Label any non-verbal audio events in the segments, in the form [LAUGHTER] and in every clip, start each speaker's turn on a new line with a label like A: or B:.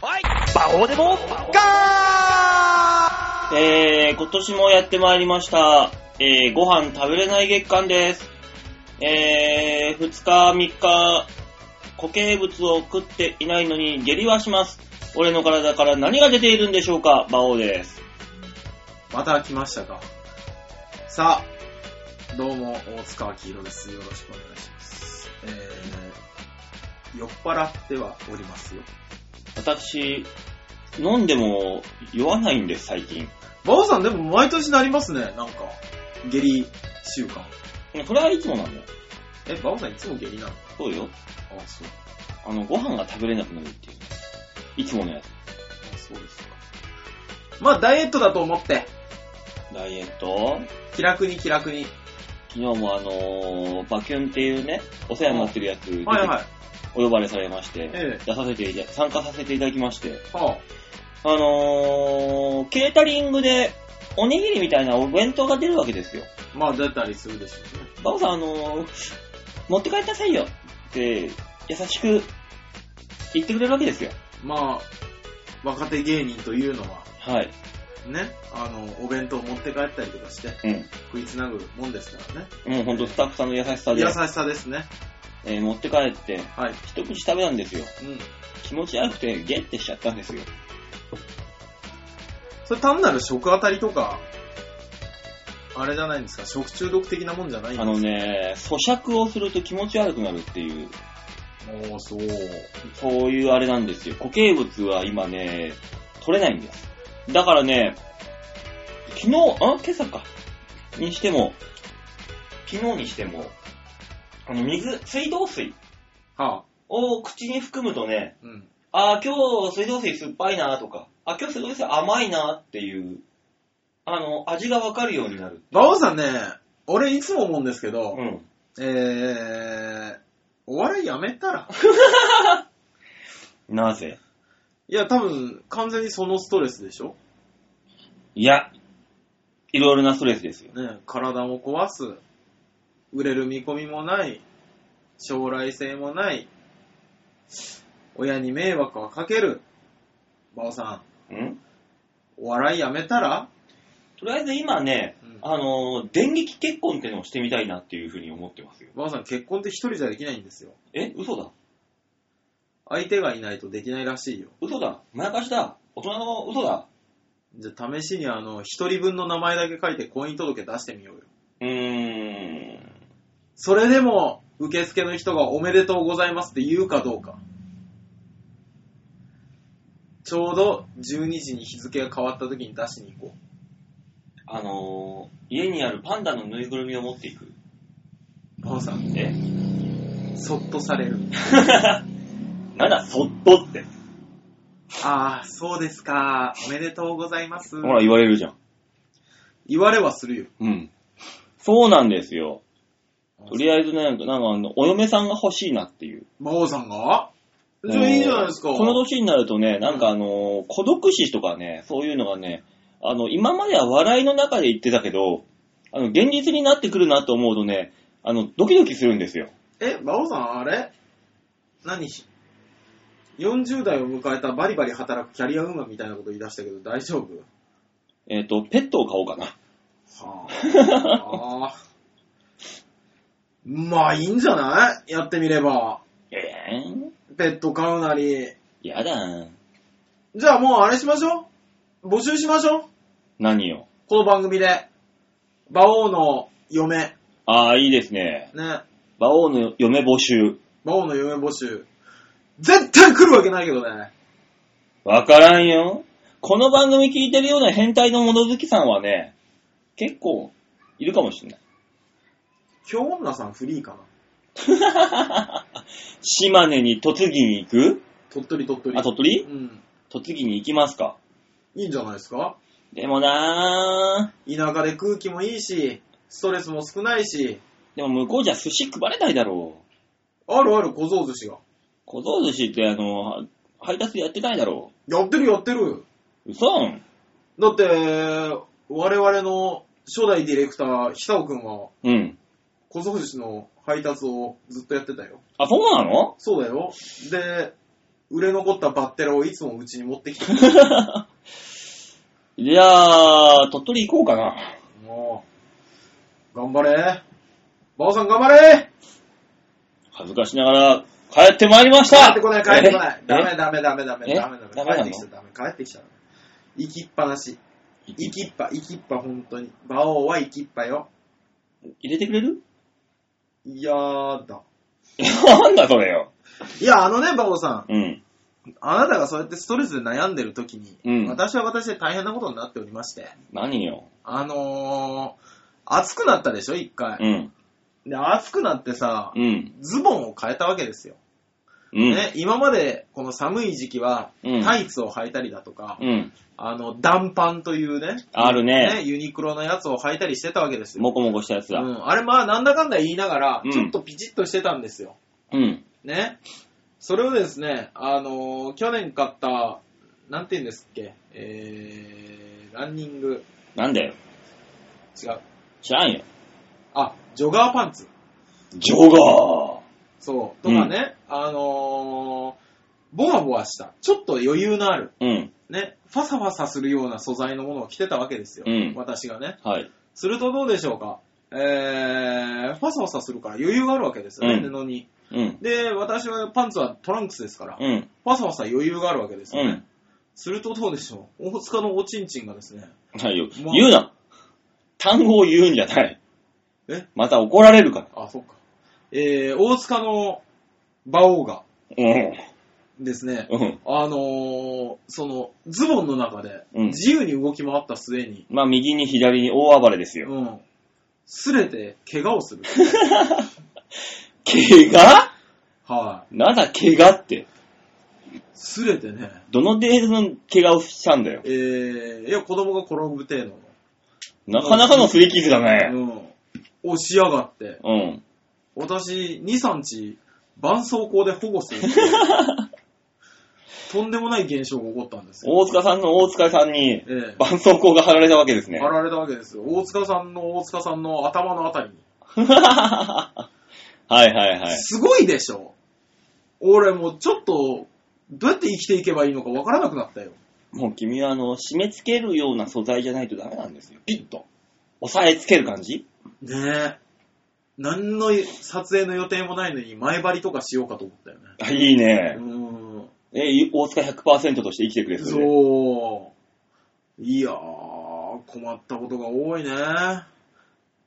A: こうでもガ
B: ーえー、今年もやってまいりました。えー、ご飯食べれない月間です。えー、2日、3日、固形物を食っていないのに下痢はします。俺の体から何が出ているんでしょうか馬王です。
C: また来ましたか。さあ、どうも、大塚明宏です。よろしくお願いします。えー、酔っ払ってはおりますよ。
B: 私、飲んでも酔わないんです、最近。
C: バオさんでも毎年なりますね、なんか。下痢習慣。
B: それはいつもなんだよ。
C: え、バオさんいつも下痢なの
B: そうよ。
C: あ、そう。
B: あの、ご飯が食べれなくなるっていうね。いつものやつ。
C: あ、そうですか。まあ、ダイエットだと思って、
B: ダイエット
C: 気楽に気楽に。
B: 昨日もあのー、バキュンっていうね、お世話になってるやつ、
C: はいはい。
B: お呼ばれされまして、
C: え
B: 出させていた、参加させていただきまして、
C: えは
B: あのー、ケータリングで、おにぎりみたいなお弁当が出るわけですよ。
C: あ、まあ出たりするでしょうね。
B: バオさん、あのー、持って帰りなさいよって、優しく言ってくれるわけですよ。
C: まあ、若手芸人というのは、
B: はい。
C: ね、あの、お弁当持って帰ったりとかして、
B: う
C: 食いつなぐもんですからね。
B: ん。もうほんとスタッフさんの優しさで
C: 優、しさですね。
B: えー持って帰って、
C: はい。
B: 一口食べたんですよ。
C: うん。
B: 気持ち悪くて、ゲッてしちゃったんですよ。
C: それ単なる食あたりとか、あれじゃないんですか食中毒的なもんじゃないん
B: あ
C: で
B: の
C: す
B: ね、咀嚼をすると気持ち悪くなるっていう、
C: かもうそう。
B: そういうあれなんですよ。固形物は今ね、取れないんです。だからね、昨日、あ今朝か。にしても、昨日にしても、あの、水、水道水
C: はあ。
B: を口に含むとね、
C: うん。
B: あー今日水道水酸っぱいなとか、あ今日水道水甘いなっていう、あの、味がわかるようになる。
C: 馬王さんね、俺いつも思うんですけど、
B: うん。
C: えー、お笑いやめたら
B: なぜ
C: いや、多分、完全にそのストレスでしょ
B: いや、いろいろなストレスですよ。
C: ね、体も壊す。売れる見込みもない。将来性もない。親に迷惑はかける。馬王さん、
B: うん
C: お笑いやめたら、
B: とりあえず今ね、
C: うん
B: あのー電撃結婚っていうのをしてみたいなっていうふうに思ってますよ。
C: 馬王さん結婚って一人じゃできないんですよ。
B: え嘘だ。
C: 相手がいないとできないらしいよ。
B: 嘘だ。まやかしだ。大人の嘘だ。
C: じゃあ試しにあの、一人分の名前だけ書いて婚姻届出してみようよ。
B: うーん。
C: それでも、受付の人がおめでとうございますって言うかどうか。ちょうど12時に日付が変わった時に出しに行こ
B: あのー家にあるパンダのぬいぐるみを持っていく。
C: う。馬王さん、
B: え
C: そっとされる。
B: なんだ、そっとって。
C: ああ、そうですか。おめでとうございます。
B: ほら、言われるじゃん。
C: 言われはするよ。
B: うん。そうなんですよ。とりあえずね、なんか、なんかあの、お嫁さんが欲しいなっていう。
C: 馬王さんがじゃあいいじゃないですか。
B: この年になるとね、なんかあのー孤独死とかね、そういうのがね、あの、今までは笑いの中で言ってたけど、あの、現実になってくるなと思うとね、あの、ドキドキするんですよ。
C: え、馬王さん、あれ何し ?40 代を迎えたバリバリ働くキャリアウーマンみたいなこと言い出したけど大丈夫
B: えっ、と、ペットを買おうかな。
C: はあ。あーまあ、いいんじゃないやってみれば。
B: えぇ、
C: ペット飼うなり。
B: やだー
C: じゃあもうあれしましょう募集しましょう
B: 何よ。
C: この番組で。馬王の嫁。
B: ああ、いいですね。
C: ね。
B: 馬王の嫁募集。
C: 馬王の嫁募集。絶対来るわけないけどね。
B: わからんよ。この番組聞いてるような変態の物好きさんはね、結構、いるかもしれない。
C: 今日女さんフリーかな
B: 島根に嫁ぎに行く
C: 鳥取鳥取。
B: あ、鳥取
C: うん。
B: 嫁ぎに行きますか。
C: いいんじゃないですか
B: でもなぁ。
C: 田舎で空気もいいし、ストレスも少ないし、
B: でも向こうじゃ寿司配れないだろう。
C: あるある小僧寿司が。
B: 小僧寿司ってあの、配達やってないだろ
C: やってるやってる。
B: う。嘘ん。
C: だって、我々の初代ディレクター、久尾くんは、
B: うん。
C: 小僧寿司の配達をずっとやってたよ。
B: あ、そうなの [LAUGHS]
C: そうだよ。で、売れ残ったバッテラをいつもうちに持ってきて。
B: いやー、鳥取行こうかな。
C: もう、頑張れ。バオさん頑張れ
B: 恥ずかしながら、帰ってまいりまし
C: 帰
B: た
C: ってこない、帰ってこない。
B: え
C: ダメダメダメダメ
B: え
C: ダメダ
B: ダメ
C: メ。帰
B: な
C: っ
B: の
C: てきちゃダメ。帰ってきちゃダメ。行きっぱなし。行きっぱ、行きっぱ、本当に。馬王は行きっぱよ。
B: 入れてくれる
C: いやーだ。
B: なんだそれよ。
C: いや、あのね、馬王さん。
B: うん。
C: あなたがそうやってストレスで悩んでる時に、
B: うん
C: 私は私で大変なことになっておりまして。
B: 何よ。
C: あのー、暑くなったでしょ、一回。
B: うん。
C: で、暑くなってさ、
B: うん。
C: ズボンを変えたわけですよ。
B: うん。
C: ね、今までこの寒い時期は、
B: うん
C: タイツを履いたりだとか、
B: うん。
C: あの、短パンというね、
B: あるね。
C: ね、ユニクロのやつを履いたりしてたわけですよ。
B: もこもこしたやつ
C: う
B: だ。
C: ん、あれまあなんだかんだ言いながら、
B: うん
C: ちょっとピチッとしてたんですよ。
B: うん。
C: ね。それをですね、あのー去年買った、なんて言うんですっけ、えー、ランニング、
B: なんだよ。
C: 違う。
B: 知らんよ。
C: あ、ジョガーパンツ。
B: ジョガー。
C: そう。とかね、あのーボワボワした。ちょっと余裕のある。
B: うん。
C: ね、ファサファサするような素材のものを着てたわけですよ。
B: うん
C: 私がね。
B: はい。
C: するとどうでしょうか。えー、ファサファサするから余裕があるわけですよね、
B: うん
C: 布に。
B: うん。
C: で、私はパンツはトランクスですから、
B: うん。
C: ファサファサ余裕があるわけです
B: う
C: よね。
B: ん。
C: するとどうでしょう。大塚のおちんちんがですね、
B: はいよ。
C: まあ
B: 言うな。単語を言うんじゃない。
C: え
B: また怒られるか
C: あ、そっか。えー、大塚の馬王が
B: ら。うん。
C: ですね、
B: うん。
C: あのー、その、ズボンの中で、
B: うん
C: 自由に動き回った末に、
B: まあ、右に左に大暴れですよ。
C: うん、すれて怪我をする。
B: 怪我
C: は
B: なんだ怪我って。
C: い。すれてね、
B: どの程度の怪我をしたんだよ。
C: えー、いや、子供が転ぶ程度
B: なかなかの擦り傷だね。
C: の、うん、をしやがって、
B: うん。
C: 私、2、3日、絆創膏で保護するっていう。とんでもない現象が起こったんですよ。
B: 大塚さんの大塚さんに、
C: ええ
B: 絆創膏が貼られたわけですね
C: [LAUGHS] 貼。られたわけですよ。大塚さんの大塚さんの頭のあたりに。
B: [LAUGHS] はいはいはい。
C: すごいでしょ俺もうちょっと、どうやって生きていけばいいのかわからなくなったよ。
B: もう君はあの、締め付けるような素材じゃないとダメなんですよ。ピッと。押さえつける感じ
C: ねえ。何の撮影の予定もないのに前張りとかしようかと思ったよね。
B: あ、いいうね。
C: ーん。
B: え、大塚100%として生きてくれそれで
C: そう。いやー、困ったことが多いね。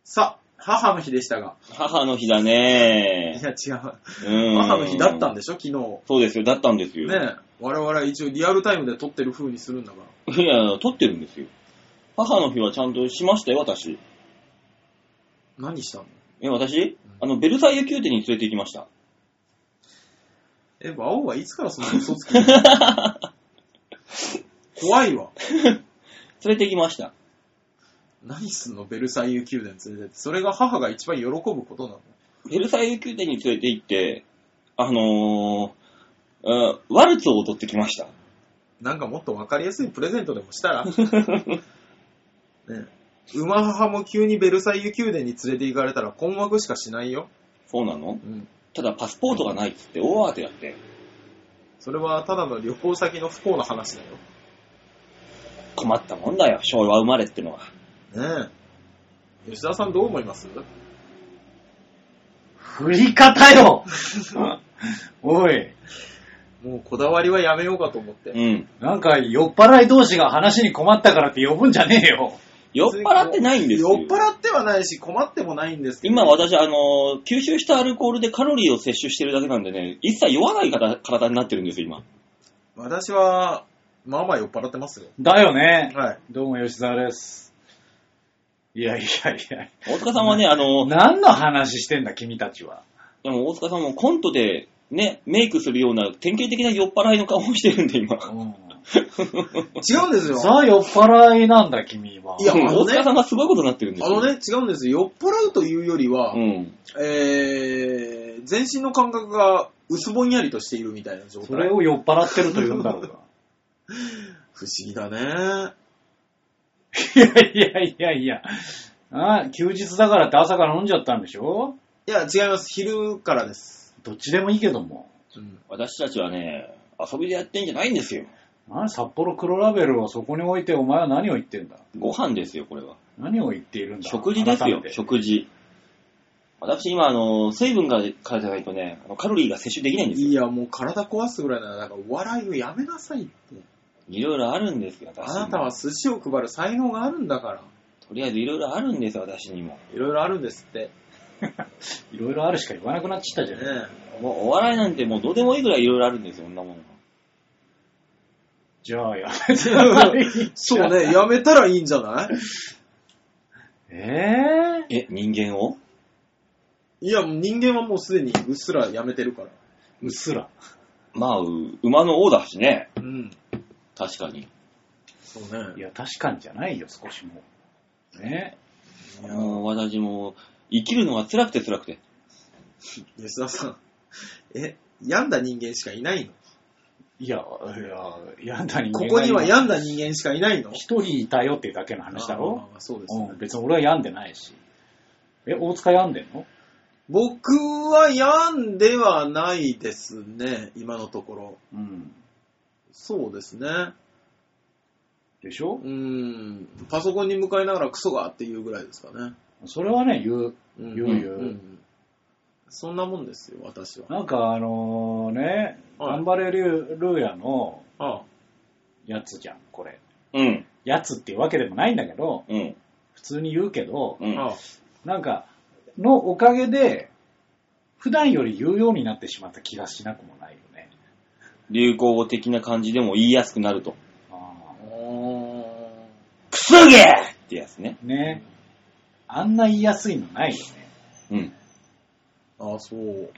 C: さ、母の日でしたが。
B: 母の日だ
C: い
B: ね。
C: や、違う。
B: うん。
C: 母の日だったん
B: で
C: でしょ、昨日。ね
B: そうですよ、だったんですよ。
C: え。我々一応リアルタイムで撮ってる風にするんだか
B: いや、撮ってるんですよ。母の日はちゃんとしましたよ、私。
C: ら。何したの
B: え、私あの、ベルサイユ宮殿に連れて行きました。
C: え、馬王はいつからその嘘つきなの
A: [LAUGHS]
C: 怖いわ。
B: 連れて行きました。
C: 何すんのベルサイユ宮殿連れてって。それが母が一番喜ぶことなの
B: ベルサイユ宮殿に連れて行って、あのー、あワルツを踊ってきました。 [LAUGHS]
C: なんかもっと分かりやすいプレゼントでも
A: [LAUGHS]
C: したら。ね、馬母も急にベルサイユ宮殿に連れて行かれたら困惑しかしないよ。
B: そうなの
C: うん。
B: ただパスポートがないっつって大慌てだって。
C: それはただの旅行先の不幸な話だ
B: 困ったもんだよ、昭和生まれってのは。
C: よ。ねえ。吉田さんどう思います
A: 振り方
C: [LAUGHS]
A: よおい、
C: もうこだわりはやめようかと思って。
B: うん。
A: なんか酔っ払い同士が話に困ったからって呼ぶんじゃねえよ。
B: 酔っ払ってないんですよ。
C: 酔っ払ってはないし困ってもないんですけど。
B: 今私、あのー吸収したアルコールでカロリーを摂取してるだけなんでね、一切酔わない方体になってるんですよ、今。
C: 私は、まあまあ酔っ払ってますよ。
A: だよね。
C: はい。
A: どうも吉沢です。いやいやいや。
B: 大塚さんはね、あのー
A: 何の話してんだ君たちは。
B: でも大塚さんもコントで、ね、メイクするような典型的な酔っ払いの顔をしてるんで、今。
C: 違うんですよ。
A: さあ酔っ払いなんだ君は。
C: いやあのね
B: 大塚さんがすごいことになってるんです
C: あ
B: よ。
C: のね、違うんですよ。酔っ払うというよりは、
B: うん。
C: えー、全身の感覚が薄ぼんやりとしているみたいな状態。
A: それを酔っ払ってると言うんだろうが。
C: 不思議だね。
A: いやいやいやいや。あ休日だからって朝から飲んじゃったんでしょ
C: いや、違います。昼からです。
A: どっちでもいいけども。
C: うん。
B: 私たちはね、遊びでやってんじゃないんですよ。
A: 何札幌黒ラベルをそこに置いてお前は何を言ってんだ
B: ご飯ですよ、これは。
A: 何を言っているんだ
B: 食事ですよ
A: 改め、て
B: 食事。私今、あの、水分がからじゃないとね、あのカロリーが摂取できないんですよ。
C: いや、もう体壊すぐらいなら、なんかお笑いをやめなさいって。
B: いろいろあるんですよ、私
C: あ
B: にも
C: なたは寿司を配る才能があるんだから。
B: とりあえずいろいろあるんですよ、私にも。
C: いろいろあるんですって。
A: いろいろあるしか言わなくなっちゃったじゃ
C: ね
A: ん。
B: もうお笑いなんてもうどうでもいいぐらいいろいろあるんですよ、そんなものが。
A: じゃあやめてください
C: [LAUGHS] そうね、やめたらいいんじゃない
A: え [LAUGHS] え
B: え、人間を
C: いや、もう人間はもうすでにうっすらやめてるから。
A: うっすら。
B: まあ、う馬の王だしね。
C: うん。
B: 確かに。
C: そうね
A: い。や、確かにじゃないよ、少しも。ね
B: もう私も、生きるのは辛くて辛くて。
C: 吉田さん、え、病んだ人間しかいないの
A: いや、いや、病んだ人間が
C: こ
A: 今
C: こには病んだ人間しかいないの
A: 一人いたよっていうだけの話だ
C: あ
A: ろ
C: ーまあそうです
A: う
C: ね
A: ん、。別に俺は病んでないし。え、大塚病んでんの
C: 僕は病んではないですね、今のところ。
A: うん。
C: そうですね。
A: でしょ
C: うん。パソコンに向かいながらクソがっていうぐらいですかね。
A: それはね、言う。
C: うん
A: 言う言う
C: そんなもんですよ、私は。
A: なんかあのね、
C: はい
A: 頑張れルールーヤの
C: ああ
A: やつじゃん、これ。
B: うん、
A: やつっていうわけでもないんだけど、
B: うん、
A: 普通に言うけど、
B: うん。
C: ああ
A: なんか、のおかげで、普段より言うようになってしまった気がしなくもないよね。
B: 流行語的な感じでも言いやすくなると。
A: あ
B: くすげーってやつね。
A: ーね。あんな言いやすいのないよね。
B: うん。
C: ああ、そう。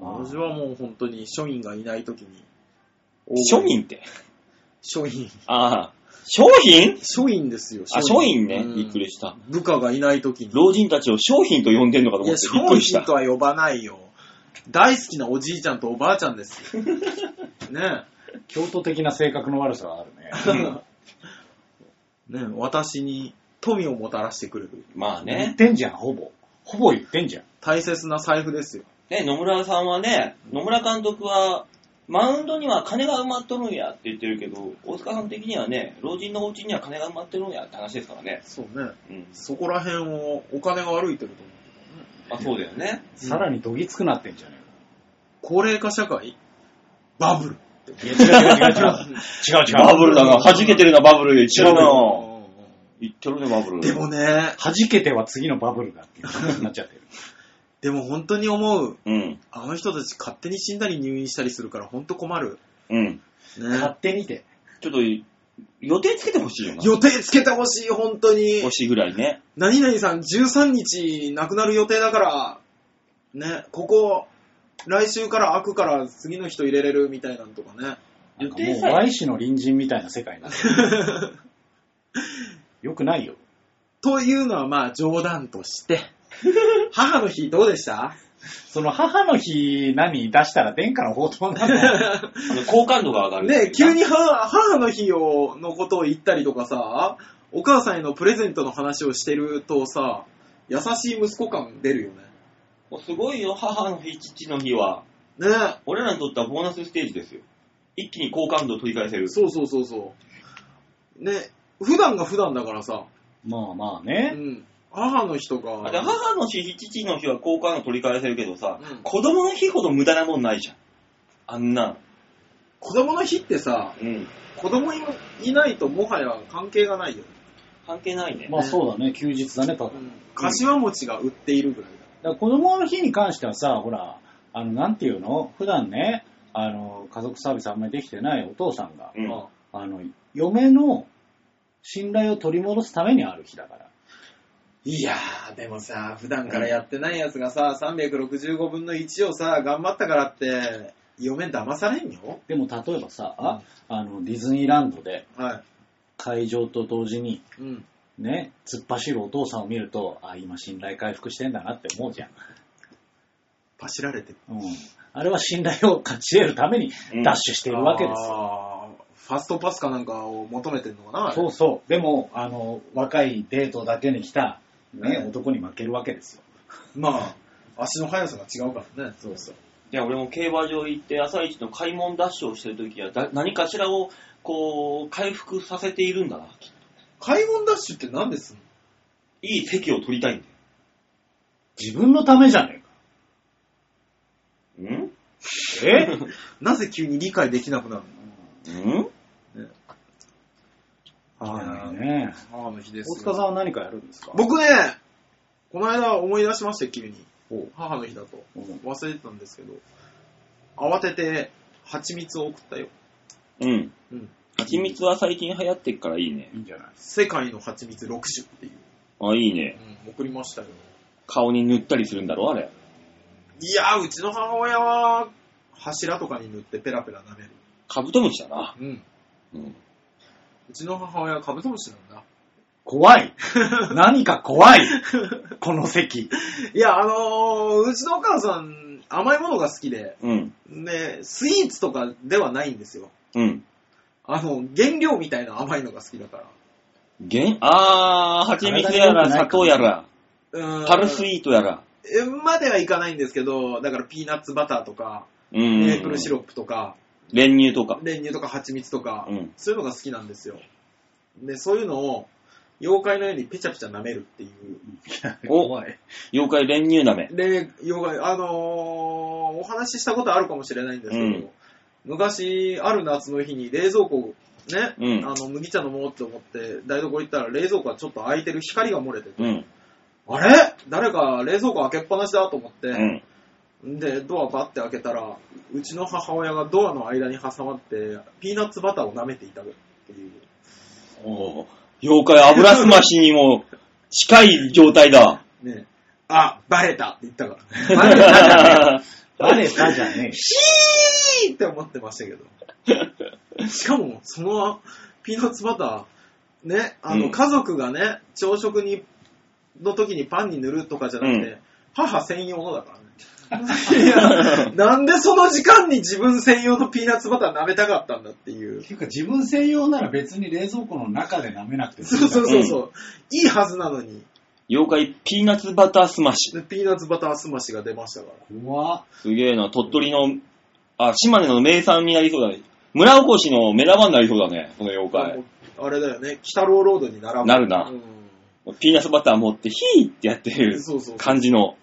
A: あー
C: 私はもう本当に庶民がいないときに。
B: 庶民って。
C: 庶民。
B: ああ、商品
C: 庶民ですよ、
B: あ、商品ね
C: う。ん
B: びっくりした。
C: 部下がいないときに。
B: 老人たちを商品と呼んでんのかと思
C: いや、
B: ってびっく
C: 商
B: りし
C: 品
B: た
C: と。は呼ばないよ。大好きなおじいちゃんとおばあちゃんで
B: [LAUGHS]
C: すよ。ね
A: 京都的な性格の悪さがあるね。
C: [LAUGHS] え。ねえ、私に富をもたらしてくれる。
B: まあ
A: 言っ
B: [LAUGHS] ね。
A: てんじゃん、ほぼ。ほぼ言ってんじゃん。
C: 大切な財布ですよ。
B: ね、野村さんはね、野村監督は、マウンドには金が埋まっとるんやって言ってるけど、大塚さん的にはね、老人のお家には金が埋まってるんやって話ですからね。
C: そうね。
B: うん。
C: そこら辺をお金が悪いってこと思う
B: まあそうだよね。
A: さらにどぎつくなってんじゃね
C: 高齢化社会バブル。
A: えか。いや違う違う違う違う。違う違う。
B: [LAUGHS] バブルだな。弾けてるな、バブル。一緒だな。
C: うん
B: 言ってるね、バブル。
C: でもね、
A: 弾けては次のバブルだっていう話になっちゃってる。
C: でも本当に思う。
B: うん。
C: あの人たち勝手に死んだり入院したりするから本当困る。
B: [LAUGHS] うん。
A: 勝
C: ね、
A: 手にて。
B: ちょっと、予定つけてほしいよな。
C: 予定つけてほしい、本当に。
B: 欲しいぐらいね。
C: 何々さん13日亡くなる予定だから、ね、ここ、来週から開くから次の人入れれるみたいなんとかね。
A: なん
B: 予
A: かも
B: 定
A: う
B: さえ、
A: Y 氏の隣人みたいな世界になってる。
B: [LAUGHS]
A: よくないよ。
C: というのはまあ冗談として。母の日どうでした
A: その母の日何出したら殿下の宝刀なの
B: あの、好感度が上がる。
C: ね急に母母の日をのことを言ったりとかさ、お母さんへのプレゼントの話をしてるとさ、優しい息子感出るよね。
B: もうすごいよ、母の日、父の日は。
C: ね
B: 俺らにとってはボーナスステージですよ。一気に好感度を取り返せる。
C: そうそうそうそう。ね、普段が普段だからさ、
A: [LAUGHS] まあまあ
C: う
A: ね。
C: ん、母の日とか、
B: だって母の日、父の日は好感度取り返せるけどさ、
C: うん
B: 子供の日ほど無駄なもんないじゃん。あんな。
C: 子供の日ってさ、
B: うん。
C: 子供いないともはや関係がないよね。
B: 関係ないね。
A: まあそうだね、休日だね、多分。だか
C: 柏餅が売っているぐらいだ。
A: ら子供の日に関してはさ、ほら、あの、なんていうの普段ね、あの、家族サービスあんまりできてないお父さんが、
B: うん。
C: あ
A: あの、嫁の信頼を取り戻すためにある日だから。
C: いやー、でもさ、普段からやってないやつがさ、365分の1をさ、頑張ったからって、嫁騙されんよ
A: でも例えばさ、ああの、ディズニーランドで
C: は
A: 会場と同時に、
C: い。うん。
A: ね、突っ走るお父さんを見ると、あ、今信頼回復してんだなって思うじゃん。
C: パシられてる。
A: うん。あれは信頼を勝ち得るために
B: うん
A: ダッシュしているわけですよ。
C: あーファストパスかなんかを求めてんのかな。
A: そううそう。でも、あの、若いデートだけに来た、ね、
C: ね
A: 男に負けるわけですよ。
C: まあ、足の速さが違うからね。そうそう。
B: いや、俺も競馬場行って朝一の買い物ダッシュをしてるときはだ、何かしらを、こう、回復させているんだな。
C: 買い物ダッシュって何ですんの
B: いい席を取りたいん
A: 自分のためじゃね
B: だよ。ん
A: [LAUGHS] えか。
C: なぜ急に理解できなくなる
B: ん
C: の
A: はいね。
C: 母の日ですよ
A: 大塚さんは何かやるんですか
C: 僕ね、この間思い出しましたよ、急に。
A: おう
C: 母の日だと。
A: おう
C: 忘れてたんですけど、慌てて蜂蜜を送ったよ。
B: うん。
C: うん。
B: 蜂蜜は最近流行ってっからいいね
A: い。いんじゃない
C: 世界の蜂蜜6種っていう。
B: あ、いいね。
C: うん、送りましたよ。
B: 顔に塗ったりするんだろ、あれ。
C: いやー、うちの母親は、柱とかに塗ってペラペラ舐める。
B: カブトムシだな。
C: うん。
B: うん。
C: うちの母親はカブトムシなんだ。
B: [LAUGHS]
A: 怖い。何か怖い。この [LAUGHS] 席。
C: いや、あのー、うちのお母さん、甘いものが好きで、
B: うん。
C: ね、スイーツとかではないんですよ。
B: うん。
C: あの、原料みたいな甘いのが好きだから。
B: げん、あー、蜂蜜やら、砂糖やら、
C: うーん
B: パルスイートやら。
C: えまではいかないんですけど、だからピーナッツバターとか、
B: うん。
C: メープルシロップとか、
B: 練乳とか。
C: 練乳とか蜂蜜とか、
B: うん。
C: そういうのが好きなんですよ。で、そういうのを、妖怪のようにペチャペチャ舐めるっていう。
B: お
A: い。
B: 妖怪練乳鍋。
C: で、妖怪、あのーお話ししたことあるかもしれないんですけど、
B: うん
C: 昔、ある夏の日に冷蔵庫、ね、
B: うん
C: あの、麦茶飲もうって思って、台所行ったら冷蔵庫がちょっと開いてる光が漏れてて、
B: うん。
C: あれ誰か冷蔵庫開けっぱなしだと思って、
B: うん。
C: で、ドアバッて開けたら、うちの母親がドアの間に挟まって、ピーナッツバターを舐めていたっていう。
B: おー妖怪油すましにも近い状態だ。
C: ねあ、バレたって言った
B: [LAUGHS]
C: から。バ
B: う
C: レたじゃね
A: 誰かじゃねえ。
C: えヒーって思ってましたけど。しかも、そのピーナッツバター、ね、あ
B: う
C: の、
B: ん
C: 家族がね、朝食に、の時にパンに塗るとかじゃなくて、
B: う
C: 母専用のだからね。
B: [LAUGHS]
C: いや、なんでその時間に自分専用のピーナッツバター舐めたかったんだっていう。
A: ていうか自分専用なら別に冷蔵庫の中で舐めなくてもいいん
C: そ
A: だ
C: うそうそうそう、いいはずなのに。
B: 妖怪ピーナッツバタースマッシュ。
C: でピーナッツバタースマッシュが出ましたから。
A: 怖っ
B: すげえな、鳥取の、あ、島根の名産になりそうだね。村おこしの目玉になりそうだね、この妖怪。
C: あれだよね、北郎ロードに並ぶ。
B: なるな
C: うん
B: ピーナッツバター持ってヒーってやってる
C: そうそう。
B: 感じの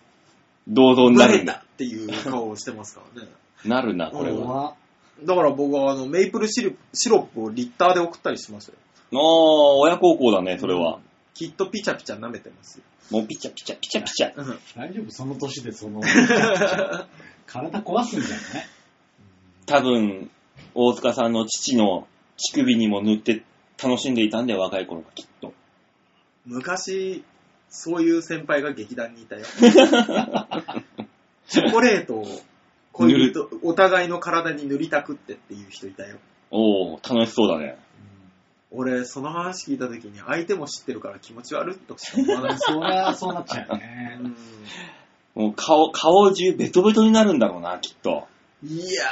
B: 銅像にな
C: 慣
B: る
C: れ
B: んだ。
C: たっていう顔をしてますからね。
B: なるな、これは。
A: 怖っ
C: だから僕はあのメイプルシロシロップをリッターで送ったりしましたよ。
B: おー、親孝行だね、それは。
C: きっとピチャピチャ舐めてますよ。
B: もうピチャピチャピチャピチャ。
C: うん
A: 大丈夫その年でその、 [LAUGHS] 体壊すんじゃない
B: 多分、大塚さんの父の乳首にも塗って楽しんでいたんだよ、若い頃はきっと。
C: 昔、そういう先輩が劇団に [LAUGHS] いたよ。チョコレートを恋人、お互いの体に塗りたくってっていう人いたよ。
B: おー、楽しそうだね。
C: 俺、その話聞いた時に相手も知ってるから気持ち悪いとしか思わないです
A: [LAUGHS] そりゃそうなっちゃうよね。
B: もう顔、顔中ベトベトになるんだろうな、きっと。
C: いや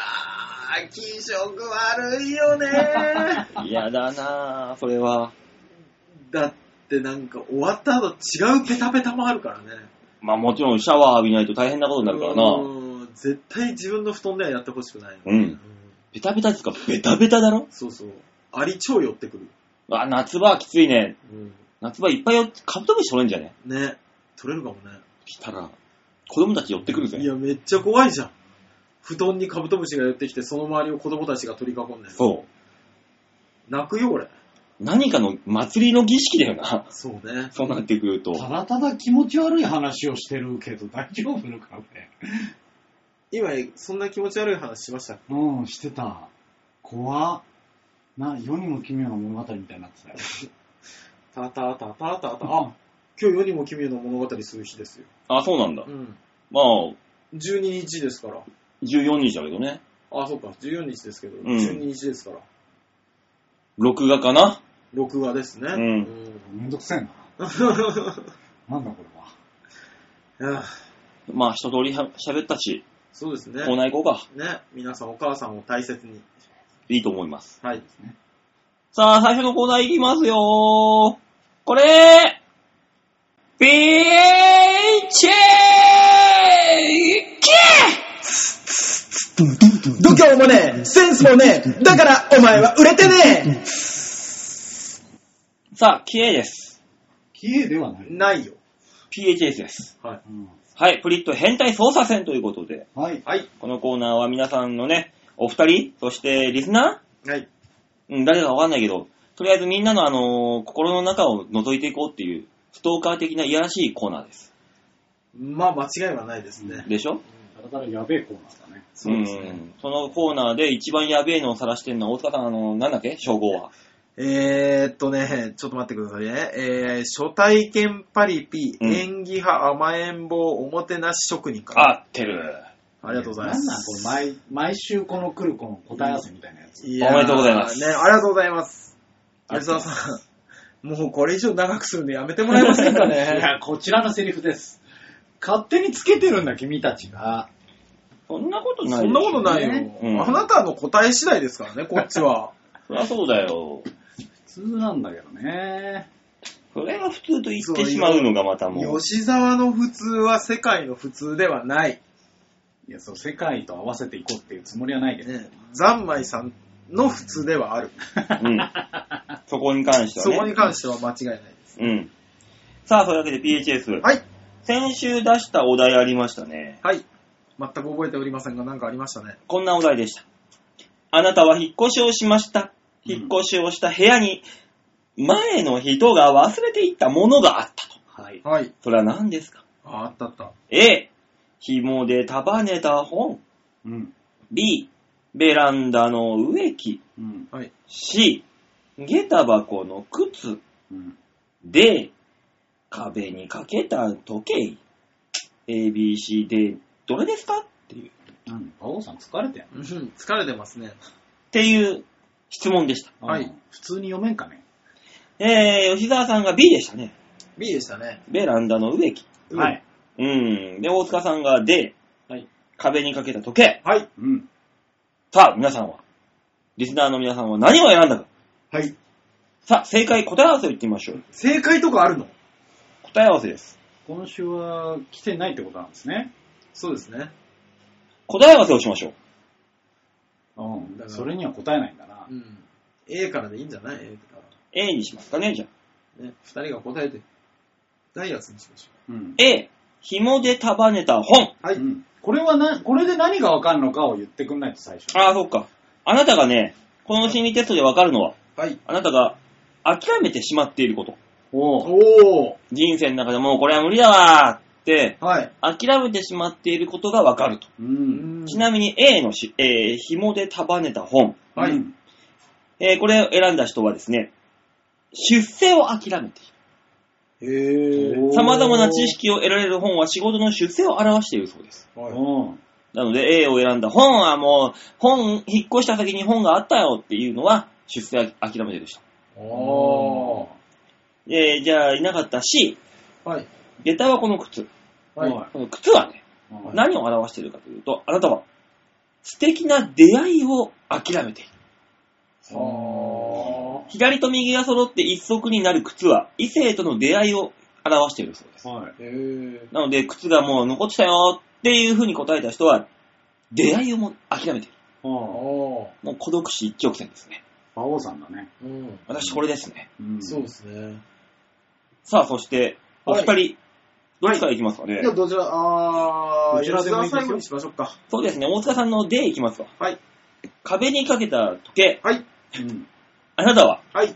C: ー、気色悪いよね
B: 嫌だなぁ、それは。
C: [LAUGHS] だってなんか終わった後違うペタペタもあるからね。
B: まあもちろんシャワー浴びないと大変なことになるからな。
C: うん絶対自分の布団ではやってほしくないよ、
B: うんベタベタですかベタベタだろ
C: そうそう。アリ超寄ってくる。
B: あ、夏場はきついね。夏場いっぱいよカブトムシ取れんじゃね
C: ね。取れるかもね。
B: 来たら、子供たち寄ってくるぜ
C: い。や、めっちゃ怖いじゃん。布団にカブトムシが寄ってきて、その周りを子供たちが取り囲んで。
B: そう。
C: 泣くよ、俺。
B: 何かの祭りの儀式だよな。
C: そうね。
B: そうなってくると。
A: ただただ気持ち悪い話をしてるけど大丈夫かね。
C: 今、そんな気持ち悪い話しました。
A: うん、してた。怖っな、世にも奇妙な物語みたいになってたよ。
C: たたたたたた。あ、今日世にも奇妙な物語する日ですよ。
B: あ、そうなんだ
C: う。ん。
B: まあ、
C: 12日ですから。
B: 14日だけどね。
C: あ、そっか。14日ですけど、
B: ん
C: 12日ですから。
B: 録画かな
C: 録画ですね。
B: うん
C: うん
A: めんどくせえな。 [LAUGHS] なんだこれは。
C: ああ
B: まあ一通りは喋ったし、
C: そうですね
B: コ。ーナー行こうか。
C: ね、皆さんお母さんを大切に。
B: いいと思います。
C: はい。
B: さあ、最初のコーナーいきますよー。これピーチェーキー
D: 職業もねえ、センスもねえ、だからお前は売れてね
B: さあ、キエです。
A: キエではない。
C: ないよ。
B: PHS です。
C: はい。
A: うん
B: はい、プリット変態操作戦ということで、
A: はい。
C: はい。
B: このコーナーは皆さんのね、お二人、そしてリスナ
C: はい。
B: ーうん、誰だかわかんないけど、とりあえずみんなのあのー心の中を覗いていこうっていう、ストーカー的ないやらしいコーナーです。
C: まあ、間違いはないですね。
B: でしょ
A: だからやべえコーナーだね。
C: そうですね。
B: ん。そのコーナーで一番やべえのを晒してるのは、大塚さん、あのーなんだっけ称号は。
C: えー、っとね、ちょっと待ってくださいね。えー、初体験パリピ、
B: うん
C: 演技派甘えん坊、おもてなし職人か。
B: 合ってる。
C: ありがとうございます。
A: なんなんこれ毎、毎週この来るこの答え合わせみたいなやつ。
C: いやー
B: おめでとうございます
C: ね、ありがとうございます。有沢さん、もうこれ以上長くするんでやめてもらえませんか
B: [LAUGHS]
A: い
C: ね。
A: や、こちらのセリフです。勝手につけてるんだ、君たちが。
B: そんなことない
C: そんなことないよ、
B: うん
C: あなたの答え次第ですからね、こっちは。
B: そりゃそうだよ。
A: 普通なんだけどね。
B: それが普通と言ってしまうのがまたもう。
C: 吉沢の普通は世界の普通ではない。
A: いや、そう、世界と合わせていこうっていうつもりはないけど。
C: ね、三昧さんの普通ではある。
B: うん。そこに関しては
C: そ
B: ね。
C: こに関しては間違いないです。
B: うん。さあ、そういうわけで PHS。
C: はい。
B: 先週出したお題ありましたね。
C: はい。全く覚えておりませんが、何かありましたね。
B: こんなお題でした。あなたは引っ越しをしました。引っ越しをした部屋に、前の人が忘れていったものがあったと。
A: はい。
C: はい。
B: それは何ですか
C: ああったあった。
B: ?A、紐で束ねた本。
A: うん。
B: B、ベランダの植木。
A: うん。
B: C、下駄箱の靴。
A: うん。
B: で、壁にかけた時計。ABC で、どれですかっていう、
A: なんだ、馬王さん疲れてん
C: うん疲れてますね。
B: っていう質問でした。
A: の
C: はい。
A: うん普通に読めんかね。
B: えー、吉沢さんが B でしたね。
C: B でしたね。
B: ベランダの植木。
C: うん
A: は。い。
B: うん。で、大塚さんが D。
A: はい
B: 壁にかけた時計。
C: はい。
A: うん。
B: さあ、皆さんは、リスナーの皆さんは何を選んだか。
C: はい。
B: さあ、正解答え合わせを言ってみましょう。
C: 正解とかあるの
B: 答え合わせです。
A: 今週は来てないってことなんですね。
C: そうですね。
B: 答え合わせをしましょう。
A: うん。
C: だから
A: それには答えないんだな
C: う。ん。A からでいいんじゃない ?A か
B: A にしますかね、じゃあ。
C: ら。ね、二人が答えて、ないやつにしましょ
A: うん。
B: A、紐で束ねた本。
C: う。は
A: う
C: い。
A: んこれはな、これで何がわかるのかを言ってくんないと最初。
B: ああ、そっか。あなたがね、この心理テストでわかるのは、
C: はい。
B: あなたが諦めてしまっていること。
A: おう
C: お
B: 人生の中でもうこれは無理だわーって、
C: ー。はい。
B: 諦めてしまっていることがわかると。
A: う。
C: うん
B: ちなみに A のし、えー、紐で束ねた本。
C: はい
A: うん
B: えー、これを選んだ人はですね、出世を諦めてい
C: へー。
A: お
B: る。
A: ー
B: 様々な知。識を得られる本は仕事の出世を表しているそうです。
C: はい。
A: うん。
B: なので A を選んだ本はもう、本、引っ越した先に本があったよっていうのは、出世を諦めている人。
C: お
B: えー、じゃあ、いなかった C、
C: ー。はい。
B: 下駄箱の靴。
A: は。
C: はいい。
B: この靴はね、
A: うん
B: 何を表しているかというと、あなたは素敵な出会いを諦めている。
C: は
B: 左と右が揃って一足になる靴は異性との出会いを表しているそうです。
A: はい。
C: ー。へー。
B: なので、靴がもう残ってたよっていう風に答えた人は、出会いをも諦めている。
A: うん
C: おー。
B: もう孤独死一直線ですね。
A: 馬王さんだね。
C: うん。
B: 私これですね。
A: うん
C: そうですね。
B: さあ、そして、お二人、どっちからいきますかね、
C: じゃあ、どちら、あー、
A: どちらでもいいです
C: 吉沢
A: よ
C: 最後にしましょうか。
B: そうですね、大塚さんの D いきますか。
C: はい。
B: 壁にかけた時計、
C: はい。
A: うん。
B: あなたは、
C: はい。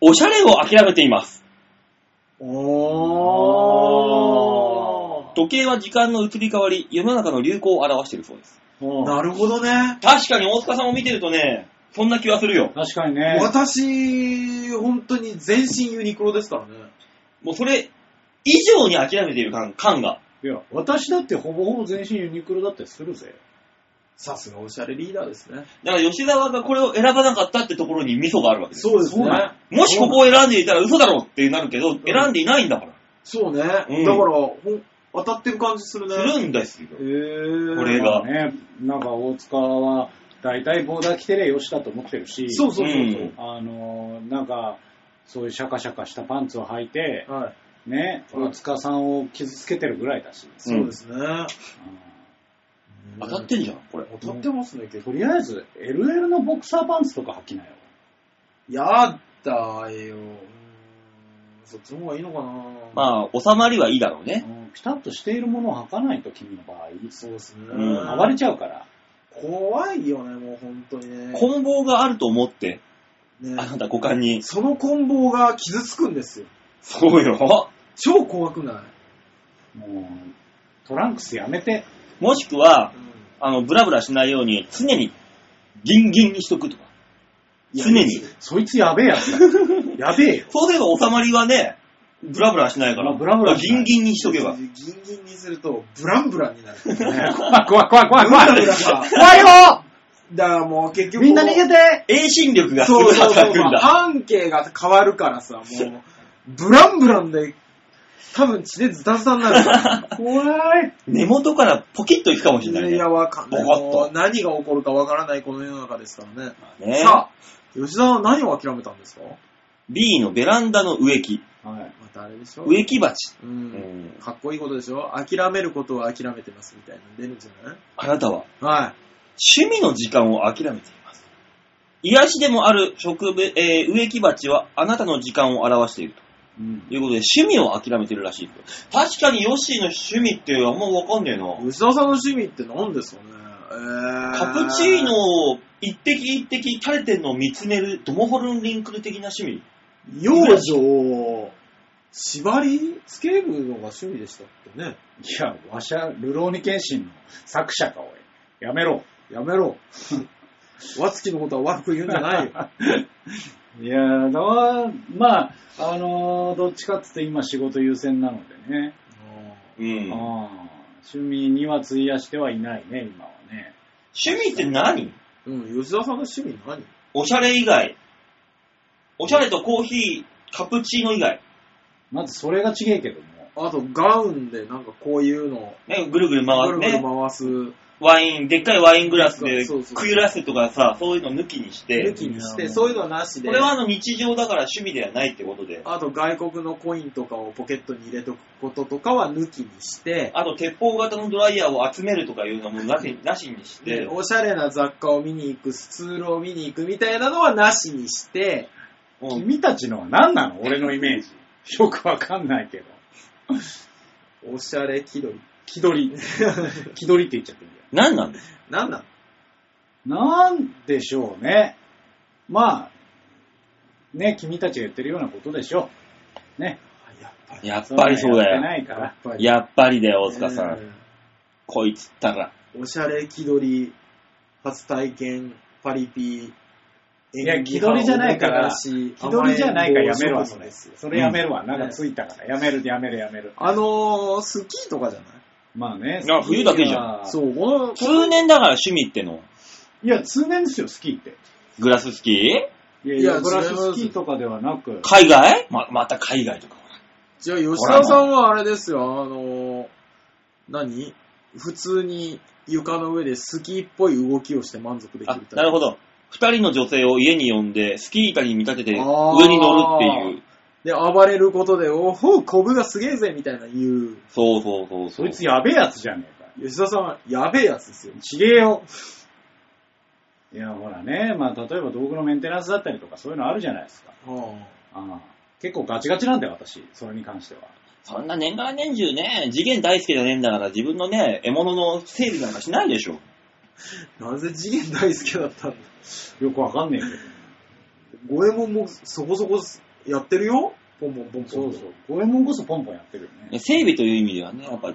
B: おしゃれを諦めています。
C: おー。
B: 時計は時間の移り変わり、世の中の流行を表しているそうです。
A: おう
C: なるほどね。
B: 確かに大塚さんを見てるとね、そんな気はするよ。
A: 確かにね。
C: 私、本当に全身ユニクロですからね。
B: もうそれ以上に諦めている感感が。
A: いや、私だってほぼほぼ全身ユニクロだってするぜ。
C: さすがおしゃれリーダーですね。
B: だから吉沢がこれを選ばなかったってところにミソがあるわけです。
C: そうです
A: そう
C: ね
A: な。
B: もしここを選んでいたら嘘だろってなるけど、選んでいないんだから。
C: そうね。だか
B: う
C: ら、
B: ん
C: ほん当たってる感じするね。
B: するんですよ。
C: えー。
B: これが
A: まあね、なんか大塚は、大体ボーダー着てりゃよしだと思ってるし、
C: そうそうそうそう。
B: うん
A: あのー、なんか、そういうシャカシャカしたパンツを履いて、
C: はい。
A: ね、
C: うん
A: 大塚さんを傷つけてるぐらいだし。
B: うん
C: そうですね。
A: うん
B: 当たってんじゃん、これ。
C: 当
A: 当た
C: たっ
A: っ
C: ててますね、結
A: と
C: 構。
A: りあえず、LL のボクサーパンツとか履きなよ。
C: やだよ。そっちの方がいいのかなあ。
B: まあ、収まりはいいだろうね。
A: うんピタッとしているものを履かないと、君の場合。
C: そうですね。
B: うん
A: 暴れちゃうから。
C: 怖いよね、もう本当にね。
B: 棍棒があると思って、
C: ね
B: あなた股間に。
C: その棍棒が傷つくんですよ。
B: そうよ。
C: 超怖くな
A: もう、トランクスやめて。
B: もしくは
C: いう、ん
B: あの、ブラブラしないように、常に、ギンギンにしとくとか。
C: いや
B: 常に。
A: そいつやべえやつ [LAUGHS] だ。やべえよ。
B: そうすれば収まりはね、ブラブラしないから。
A: まあブラブラし
B: ギ
A: ない
B: ンギンにしとけば。
C: ギンギンにすると、ブランブランになる。
A: 怖い怖い怖い怖い
C: ブ
A: 怖
C: ランブ
A: い。
C: ランが。
A: 怖いよ
C: だからもう結局。
A: みんな逃げて
B: 遠心力がす
C: そ
B: ご
C: う
B: い
C: そうそ
B: 働
C: う。
B: くんだ。
C: 半径が変わるからさ、もう、ブランブランで、多分血でズタズタになるか
A: 怖い。
B: 根元からポキッといくかもしれな
C: ら。
B: い
C: い
B: ね
C: や、。わかんない。
B: ボコッと
C: もう何が起こるかわからないこの世の中ですからね。
B: ね
C: さあ、吉田は何を諦めたんですか
B: B のベランダの植木。
A: はい。
C: またあれでしょ
B: 植木鉢。
C: う。
B: うんん
C: かっこいいことでしょ諦めることは諦めてますみたいなの出るんじゃない
B: あなたは
C: はい。
B: 趣味の時間を諦めています。癒しでもある植物、えー植木鉢はあなたの時間を表している
A: うん
B: ということで、趣味を諦めてるらしいです。確かにヨッシーの趣味ってあんまわかんねえな。
C: 吉田さんの趣味って何ですかねえー。
B: カプチーノを一滴一滴垂れてんのを見つめるドモホルンリンクル的な趣味。
C: 幼女、縛りつけるのが趣味でしたってね。
A: いや、わしゃ、ルローニケンシンの作者か、おい。やめろ。
C: や
B: [LAUGHS]
C: めろ。わつきのことは悪く言うんじゃないよ。
A: いやだわまあ、あのーどっちかって言って今仕事優先なのでね。
B: うん
A: あー趣味には費やしてはいないね、今はね。
B: 趣味って何
C: うん、吉田さんの趣味何
B: おしゃれ以外。おしゃれとコーヒー、カプチーノ以外。
A: まずそれが違えけども。
C: あと、ガウンでなんかこういうの、
B: ね、ぐるぐる回っ
C: ぐる
B: て
C: ぐる
B: ね。
C: 回す、
B: ワイン、でっかいワイングラスで
C: そうそうそう
B: くゆらせとかさ、そういうの抜きにして
C: 抜、きにし
A: い
C: て、
A: や
C: そういうのはなしで、
B: これはあの日常だから趣味ではないってことで、
C: あと外国のコインとかをポケットに入れとくこととかは抜きにして、
B: あと鉄砲型のドライヤーを集めるとかいうのもなしなしにして
C: で、おしゃれな雑貨を見に行く、スツールを見に行くみたいなのはなしにし
B: うん
C: て、
A: 君たちのは何なの俺のイメージ。よくわかんないけど。
C: おしゃれ気取り。
A: 気取り。気取りって言っちゃってるんだよ。
B: 何なんです
C: なんなん
A: なんでしょうね。まあ、ね、君たちが言ってるようなことでしょう。ね。
C: やっぱり。
B: やっぱりそうだ
A: んな
B: よ。
A: のやってないから。
C: ぱ
B: やっぱりだよ、大塚さん。
C: え
B: こいつったら。
C: ーおしゃれ気取り、初体験、パリピ、
A: いや気取りじゃないから
C: 気
A: 気取りじゃないからやめろわ、それ。それやめるわ。
C: ん
A: なんかついたから。やめる、やめる、やめる。
C: あのー、スキーとかじゃない
A: まあね。
B: あ冬だけじゃん
A: ん
C: そう、この、
B: 通年だから趣味っての。
A: いや、通年ですよ、スキーって。
B: グラススキー
A: いや
C: いや
A: ブラシスキーとかではなく、
B: 海外ま、また海外とか。
C: じゃあ吉田さんはあれですよ、あのー、何普通に床の上でスキーっぽい動きをして満足でき
B: あ
C: る、
B: なるほ
C: ど。
B: ど。二人の女性を家に呼んで、スキー板に見立てて
C: あー
B: 上に乗るっていう。
C: で、暴れることで、おほう、コブがすげえぜ、みたいな言う。
B: そうそうそう
A: そ
B: そう
A: いつやべえやつじゃねえか。
C: 吉田さんはやべえやつですよ。
A: ちげえよ。いや、ほらね、まあ、例えば道具のメンテナンスだったりとか、そういうのあるじゃないですか。
C: はあ
A: ああ結構ガチガチなんだよ、私。それに関しては。
B: そんな年がら年中ね、次元大好きじゃねえんだから自分のね、獲物の整理なんかしないでしょ。
C: なぜ次元大輔だったんだ
A: よくわかんねえけど。
C: 五右衛門もそこそこやってるよポンポンポンポンと。
A: そうそう。五右衛門こそポンポンやってるよね。
B: 整備という意味ではね、やっぱ、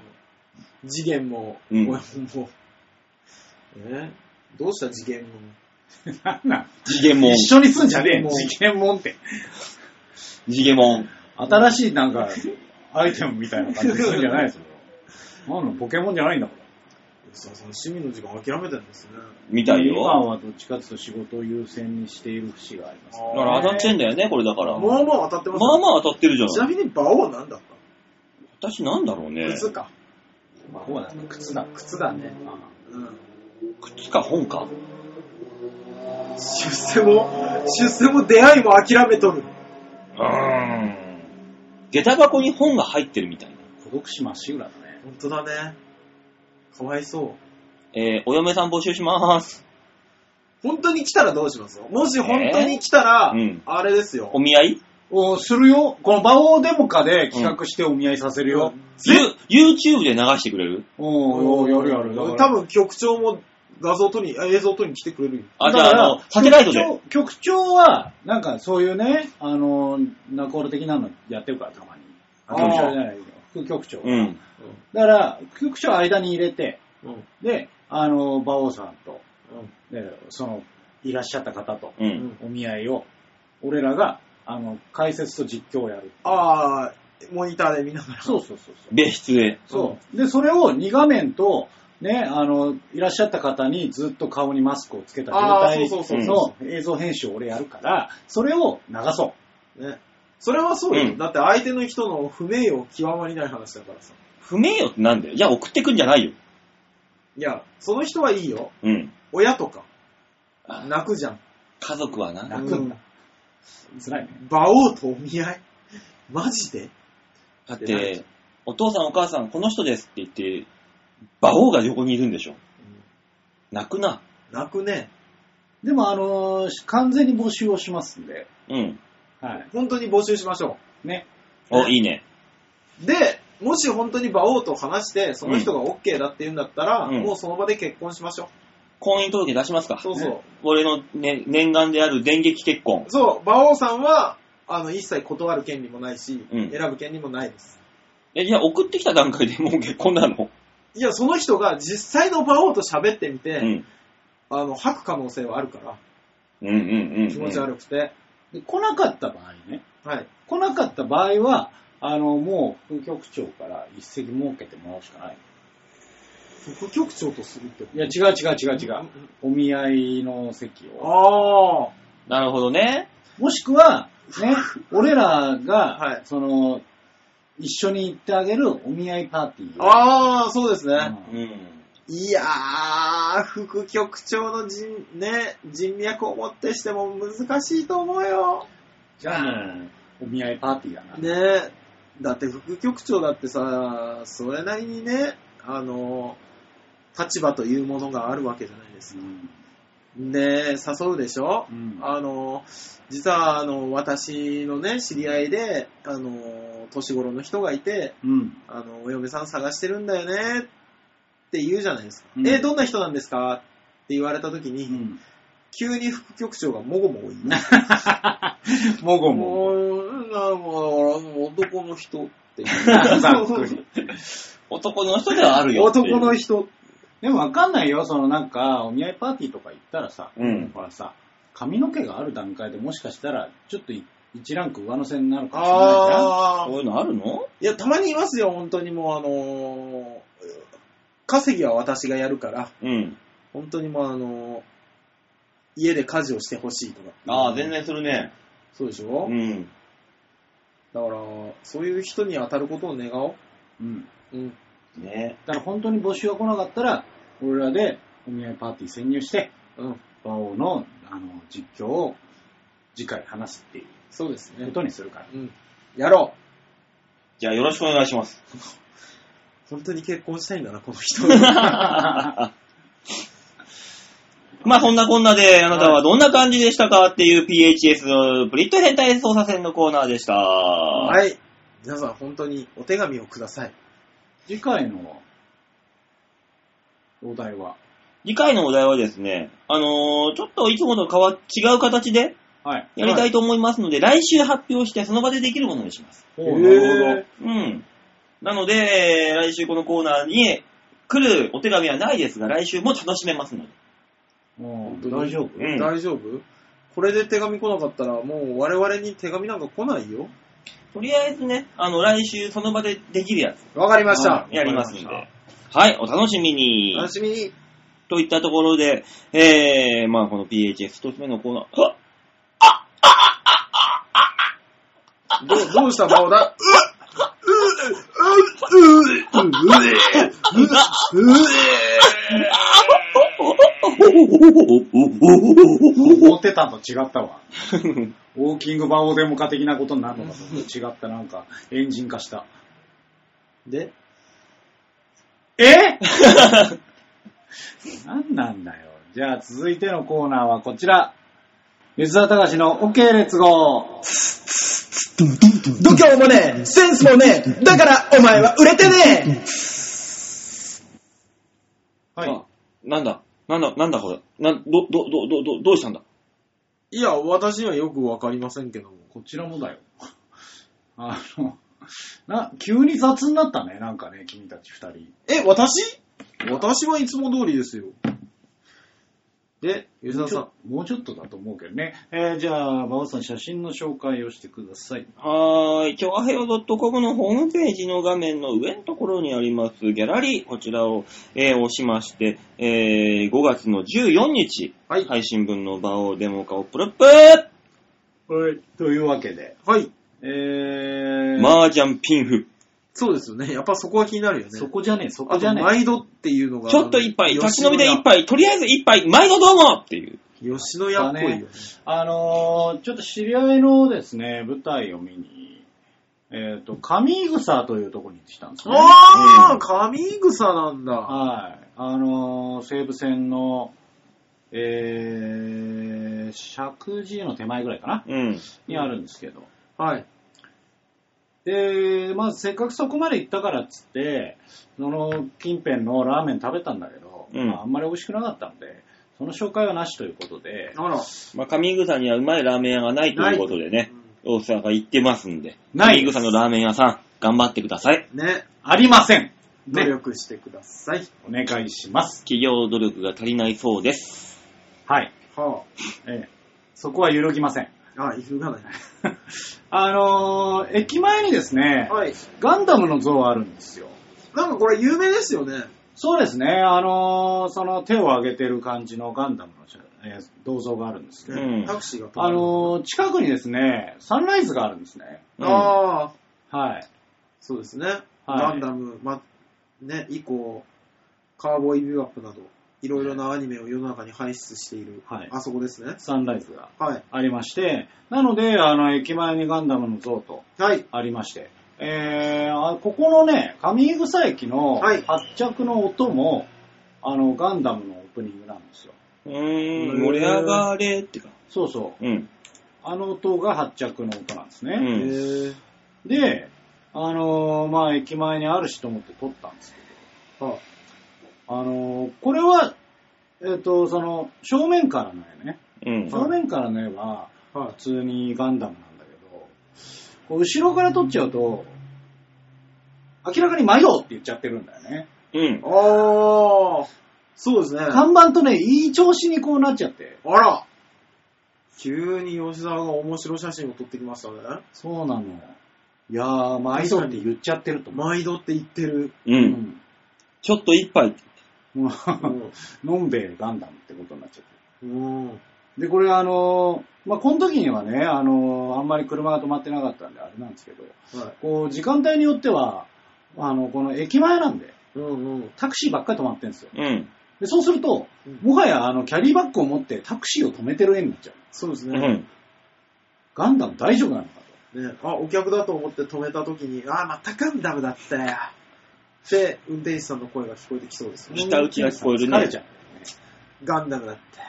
C: 次元も、
B: う
C: 五
B: ん
C: 右衛門も。えどうした次元も。
A: なんなん
B: 次元もん、
A: 一緒にすんじゃねえよ、
C: もう
A: 次元もんって。
B: 次元もん。
A: 新しいなんか、アイテムみたいな感じするんじゃない [LAUGHS] ですよ。なんのポケモンじゃないんだから。
C: 吉田さん、趣味の時間諦めてるんですね。
B: みたい
A: 今
B: よ。
A: はどっちかっていうと仕事を優先にしている節があります、
B: だから当たってんだよね、これだから。ま
C: まあまあ当たってます、
B: あまあ当たってるじゃ
C: ちな
B: ない。
C: みに、馬王なんだっ
B: 私なんだろう
C: た
B: ね。
C: 靴か。
A: まあ、こうだね。靴だ。
C: 靴だね。
A: あ
C: うん。
B: 靴か本か。
C: 出世も、出世も出会いも諦めとる。
B: うーん。下駄箱に本が入ってるみたいな。
A: 孤独死まっしぐらだね。
C: 本当だね。かわいそう。
B: えー、お嫁さん募集します。
C: 本当に来たらどうしますもし本当に来たら、
B: えーうん
C: あれですよ
B: お。見合い
A: おするよ。この馬王デモカで企画してお見合いさせるよ。
B: ユ YouTube で流してくれる
A: おやるやる。だから
C: 多分局長も画像撮り、あ映像撮りに来てくれるよ。
B: あ、じ
A: だ
B: ゃ
A: か
B: あ、
A: ら
B: あの、サテライトで。
A: 局長局長は、なんかそういうね、あの、ナコール的なのやってるから、たまに。
C: あ
A: あ
C: ー
A: 局長じゃないけど、副局長。
B: うん。
A: だから、副局長を間に入れて、
C: うん。うん。
A: で、あの、馬王さんと、でその、いらっしゃった方と、
B: う。
C: うんん。
A: お見合いを、俺らが、あの、解説と実況をやる。
C: ああ、モニターで見ながら。
A: そうそうそうそう。
B: 別室で。
A: そう。で、それを2画面と、ね、あの、いらっしゃった方にずっと顔にマスクをつけた状
C: ああ、そう
A: 態
C: そうそう
B: うん
C: そ。
A: の映像編集を俺やるから、それを流そう
C: ね。それはそうよ。
B: うん
C: だって相手の人の不名誉極まりない話だからさ。
B: 不名誉ってなんだよ。じゃあ送ってくんじゃないよ。
C: いや、その人はいいよ。
B: うん。
C: 親とか。
B: あ
C: 泣くじゃん。
B: 家族は
A: う。
B: な。
A: 泣くんだ。辛いね。
C: 馬王とお見合い。マジで
B: だって、お父さんお母さんこの人ですって言って、馬王が横にいるんでしょ。泣くな。
C: 泣くね。
A: でも、あのー完全に募集をしますんで、
B: うん。
A: はい。
C: 本当に募集しましょ
A: ね。
B: お、いいね。
C: う。で、もし本当に馬王と話して、その人が OK だって言うんだったら、
B: うん
C: もうその場で結婚しましょ
B: 婚姻届出しますか
C: う。。そうそう。
B: 俺の、ね、念願である電撃結婚。
C: そう、馬王さんは、あの、一切断る権利もないし、
B: うん
C: 選ぶ権利もないです。
B: え、じゃあ送ってきた段階でもう結婚なの
C: いや、その人が実際の馬王と喋ってみて、
B: うん。
C: あの、吐く可能性はあるから、
B: うんうんうんうん。
C: 気持ち悪くて。
A: で来なかった場合ね。
C: はい。
A: 来なかった場合は、あの、もう、副局長から一席設けてもらうしかない。
C: 副局長とするってこ
A: いや、違う違う違う違う。お見合いの席
C: とあ
A: を。
C: あ。
B: なるほどね。
A: もしくは、 [LAUGHS] ね、俺らが、
C: はい
A: その、一緒に行ってあげるお見合いパーティーを。
C: ああ、そうです
A: う
C: ね。
A: ん
B: うん。
C: いやー、副局長の人、ね、人脈をもってしても難しいと思うよ。
A: じゃあもう、お見合いパーティーだな。
C: ねだって副局長だってさ、それなりにね、あの、立場というものがあるわけじゃないです
A: う
C: か。
A: ん
C: ね誘うでしょ
A: うん
C: あの、実は、あの、私のね、知り合いで、あの、年頃の人がいて、
A: うん。
C: あの、お嫁さん探してるんだよね、って言うじゃないですか。
A: うん
C: え、どんな人なんですかって言われた時に、
A: うん。
C: 急に副局長がもごもご言う。
A: もごも
C: もう、なんもう男の人って言う。
A: ご。ざっくり。
B: 男の人ではあるよっていう。
C: 男の人。
A: [LAUGHS] でもわかんないよ、そのなんか、お見合いパーティーとか行ったらさ、
B: うん
A: ほらさ、髪の毛がある段階でもしかしたら、ちょっとい一ランク上乗せになるかもしれないじゃ
C: あ
A: ん。
B: こ
C: あ。
B: ういうのあるの
C: いや、たまにいますよ、本当にもう、あのー稼ぎは私がやるから、
B: うん。
C: 本当にもう、あのー家で家事をしてほしいとか。
B: ああ、全然するね。
C: そうでしょ、
B: うん。
C: だから、そういう人に当たることを願お
A: うん。
C: う。うん。
B: ね
A: だから本当に募集が来なかったら、俺らでお見合いパーティー潜入して、
C: うん。
A: 馬王のあの実況を次回話すってい
C: そうです
A: うこ
C: ね。
A: とにするから。
C: うん。やろう。
B: じゃあよろしくお願いします。
C: 本当に結婚したいんだな、この [LAUGHS] 人。
B: まあそんなこんなで、あなたはどんな感じでしたかっていう PHS のブリット変態操作戦のコーナーでした。は
C: はい。 [LAUGHS] 皆さん、本当にお手紙をください。
A: 次回のお題は、
B: 次回のお題はですね、あのーちょっといつもと変わ違う形で
A: はい。
B: やりたいと思いますので、来週発表してその場でできるものにします。
A: お
C: へ
A: う
C: ー
A: なるほど。
B: うん。なので、来週このコーナーに来るお手紙はないですが、来週も楽しめますので。
A: もう大丈夫、
B: うん
C: 大丈夫これで手紙来なかったら、もう我々に手紙なんか来ないよ。
B: とりあえずね、あの、来週その場でできるやつ
C: わかりました
A: は。い
B: やりますんで
A: わかり。
B: はい、お楽しみに。
C: 楽しみに。
B: といったところで、えー、まあこの PHS 一つ目のコーナー、あ
C: どうどうした馬王だ
A: 思ってたんと違ったわ。ウォーキングバオデモ化的なことになるのかと思って違った、なんか、エンジン化した。
C: で、
A: え何なんだよ。じゃあ続いてのコーナーはこちら。吉沢隆の OK レッツゴー。
D: 度胸もねえ、センスもねえ、だからお前は売れてねえ。
A: はい
B: あ。なんだなんだなんだこれなん、ど、ど、ど、ど、ど、どうしたんだ
C: いや、私にはよくわかりませんけども。
A: こちらもだよ。 [LAUGHS] あの、 [LAUGHS] な、急に雑になったね、なんかね、君たち二人。
C: え、私私はいつも通りですよ。で、吉田さん。
A: もうちょっとだと思うけどね。えーじゃあ、馬場さん、写真の紹介をしてください。
B: はーい。今日はへよ .com のホームページの画面の上のところにありますギャラリー、こちらを、えー押しまして、えー5月の14日、
C: はい
B: 配信分の場をデモ化をプルップー
A: はい。というわけで、
C: はい。
A: えー、
B: マージャンピンフ。
C: そうですよね。やっぱそこは気になるよね。
A: そこじゃねえ、そこ
C: あ
A: じゃ
C: と、
A: ねえ。
C: 毎度っていうのが。
B: ちょっと一杯、
C: 吉野
B: 立ち飲みで一杯、とりあえず一杯、毎度どうもっていう。
C: 家。吉野家っぽいよね。
A: あのーちょっと知り合いのですね、舞台を見に、えっ、と、上草というところに行ってきたんですね。
B: う
C: あー、
B: ん
C: 神草なんだ。
A: はい。あのー西武線の、えー、石神井の手前ぐらいかな
B: うん。
A: にあるんですけど。
C: はい。
A: で、まずせっかくそこまで行ったからっつって、その近辺のラーメン食べたんだけど、
B: うん
A: まあ、あんまり美味しくなかったんで、その紹介はなしということで、
C: あら。
B: まあ、上草にはうまいラーメン屋がないということでね、大阪行ってますんで、
A: ない
B: 上草のラーメン屋さん、頑張ってください。
C: ね。
A: ありません
C: 努
A: ね、
C: 力してください。
A: お願いします。
B: 企業努力が足りないそうです。
A: はい。
C: は
A: ええ、そこは揺るぎません。
C: あ。ああ、揺るがない。
A: あのー駅前にですね、
C: はい。
A: ガンダムの像あるんですよ。
C: なんかこれ有名ですよね。
A: そうですね、あのーその手を上げてる感じのガンダムの写、えー銅像があるんですけど、
B: うん
C: タクシーが
A: あのー近くにですね、サンライズがあるんですね。
B: うん
C: ああ、
A: はい。
C: そうですね。
A: はい
C: ガンダム、ま、ね、以降、カーボーイビューアップなど、いろいろなアニメを世の中に輩出している、
A: はい
C: あそこですね。
A: サンライズが
C: はい。
A: ありまして、なので、あの、駅前にガンダムの像と
C: はい。
A: ありまして、えー、あここのね、上草駅の
C: はい
A: 発着の音も、あの、ガンダムのオープニングなんですよ。
B: うーん、盛り上がれってか。
A: そうそう。
B: うん。
A: あの音が発着の音なんです
B: う
A: ね。
C: へ
B: ん。
C: ー
A: で、あのーまあ、駅前にあるしと思って撮ったんですけ
C: あ
A: ど、あのーこれは、えっ、と、その、正面からの絵ね。
B: うん。
A: 正面からの絵は、
C: はい
A: 普。通にガンダムなんだけど、こう後ろから撮っちゃうと、明らかに迷うって言っちゃってるんだよね。
B: うん。
C: ああ、そうですね。あ
A: 看板とね、いい調子にこうなっちゃって。
C: ら急に吉沢が面白写真を撮ってきましたね。
A: そうなのよ。いやー、迷うって言っちゃってると思う。
C: 毎度って言って
A: [LAUGHS]
C: る。
B: う。
A: うん
B: ちょっと一杯。
A: も
C: う
A: う [LAUGHS] のんべえガンダムってことになっちゃって。
C: ん。うん
A: で、これあのーまあ、この時にはね、あのーあんまり車が止まってなかったんであれなんですけど、
C: はい。
A: こう、時間帯によっては、あの、この駅前なんで、
C: うんうん。
A: タクシーばっかり止まってるんですよ。
B: うん。
A: で、そうすると、
C: うん
A: もはやあの、キャリーバッグを持ってタクシーを止めてる絵になっちゃう。
C: そうです
B: う
C: ね。
B: ん。
A: ガンダム大丈夫なのか
C: ね、あ、お客だと思って止めた時に、あ、またガンダムだったよ。って、運転手さんの声が聞こえてきそうですよね。
B: 舌打ちが聞こえる
A: と。
B: ね
A: 疲れちゃう。
C: ガンダムだった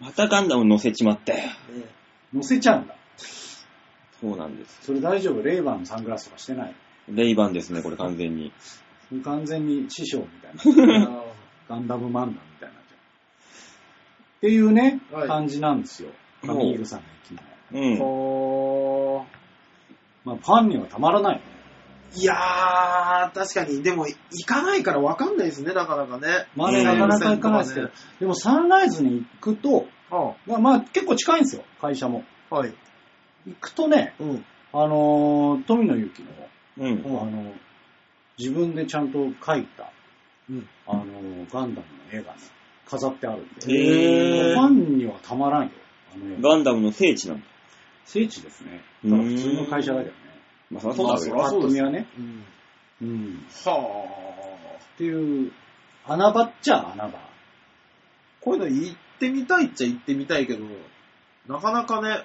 B: またガンダム乗せちまったよ。
C: よ。
A: [LAUGHS]
C: ね、
A: 乗せちゃうんだ。
B: そうなんです。
A: それ大丈夫レイバンのサングラスとかしてない。
B: レイバンですね、これ完全に。
A: それ完全に師匠みたい
C: [LAUGHS]
A: な。
C: あ
A: ガンダム漫画みたいになっちゃう。っていうね、
C: はい
A: 感じなんですよ。
B: ほう
A: 上草の駅前。
B: うん。
C: ー
A: まあ、ファンにはたまらないよね。
C: いやー、確かに、でも、行かないから分かんないですね、なかなかね。
A: まあね、
B: うん
A: なかなか行かないですけど、
C: ね
A: でもサンライズに行くと、
C: あ
A: まあ、まあ結構近いんですよ、会社も。
C: あはい。
A: 行くとね、
C: うん。
A: あのー、富野由紀の、
B: うん。
A: あの、自分でちゃんと描いた、
C: うん
A: あの、ガンダムの絵がね、飾ってあるんで、
B: へー
A: ファンにはたまらんよ。あの絵が
B: ガンダムの聖地なんだ。
A: 聖地ですね。だから普通の会社だけどね。
B: まあ、そりゃそうだろうよ
C: まあ
A: パッ
C: そ
A: と
C: うです
A: 見はね。
C: うん、
A: うん。
C: はあ。
A: っていう、穴場っちゃ穴場。
C: こういうの行ってみたいっちゃ行ってみたいけど、なかなかね、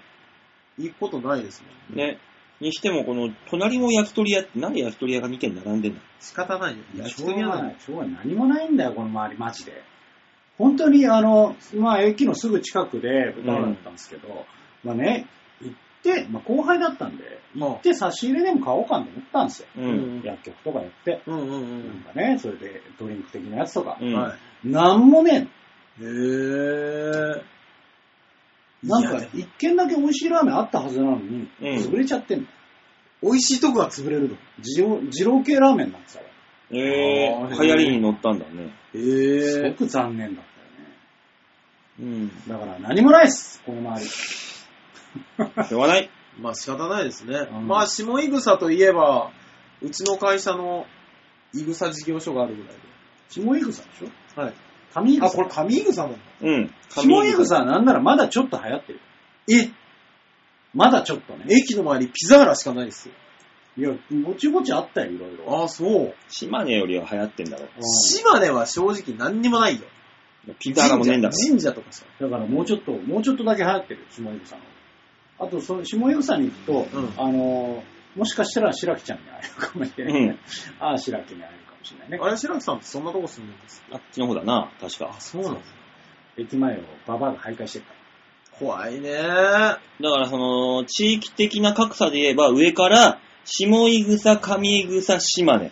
C: 行くことないですもん。。
B: ね。にしても、この、隣も焼き鳥屋って、なんで焼き鳥屋が2軒並んでんの
C: 仕方ないよ。
A: しょうがない。しょうがない。何もないんだよ、この周り、マジで。本当にあの、まあ駅のすぐ近くで舞台だったんですけど、まあね、行って、まあ後輩だったんで、
C: ま
A: 行って差し入れでも買おうかと思ったんですよ。
B: うん。
A: 薬局とか行って、
C: うんうん
A: なんかね、それでドリンク的なやつとか
B: う。。
C: うんん。は
A: なんもね
C: い。へぇ
A: え、なんか一軒だけ美味しいラーメンあったはずなのに、
B: うん
A: 潰れちゃってんの。
C: 美味しいとこが潰れるの。
A: 二郎二郎系ラーメンなんですよ。
B: え
C: あ
B: ー、
C: ー
B: 流行りに乗ったんだね。
C: へ
A: すご
C: ぇ
A: く残念だったよね。
B: うん。
A: だから何もないっす、この周り。
B: しょうがない。
C: まあ仕方ないですね。
A: うん
C: まあ、下井草といえば、うちの会社のいぐさ事業所があるぐらい
A: 下井草でしょ
C: で。はい。
A: 上井
C: あ、
A: 草。
C: これ上井草なんだ。
B: うん。
A: 下井草はなんならまだちょっと流行ってる。
C: え、
A: まだちょっとね。
C: 駅の周りピザーラしかないですよ。
A: いや、ぼちぼちあったよ、いろいろ。
C: あ、そう。
B: 島根よりは流行ってんだろ。
A: う
C: 島根は正直何にもないよ。
B: ピザーラも
C: 神
B: ねえんだ
C: 社
B: ろ。
C: 神社とかさ。
A: んだからもうちょっと、もうちょっとだけ流行ってる、下井草の。あと、その下井草に行くと、
C: うん
A: あのー、もしかしたら白木ちゃんに会えるかもしれない、ねああ、白木に会えるかもしれないね。
C: あれ、白木さんってそんなとこ住んでるんです
B: あっちの方だな、確か。
C: そうなの
A: 駅前をババアが徘徊してるか
C: 怖いね
B: だからその、地域的な格差で言えば、上から、下井草、上井草、島根。っ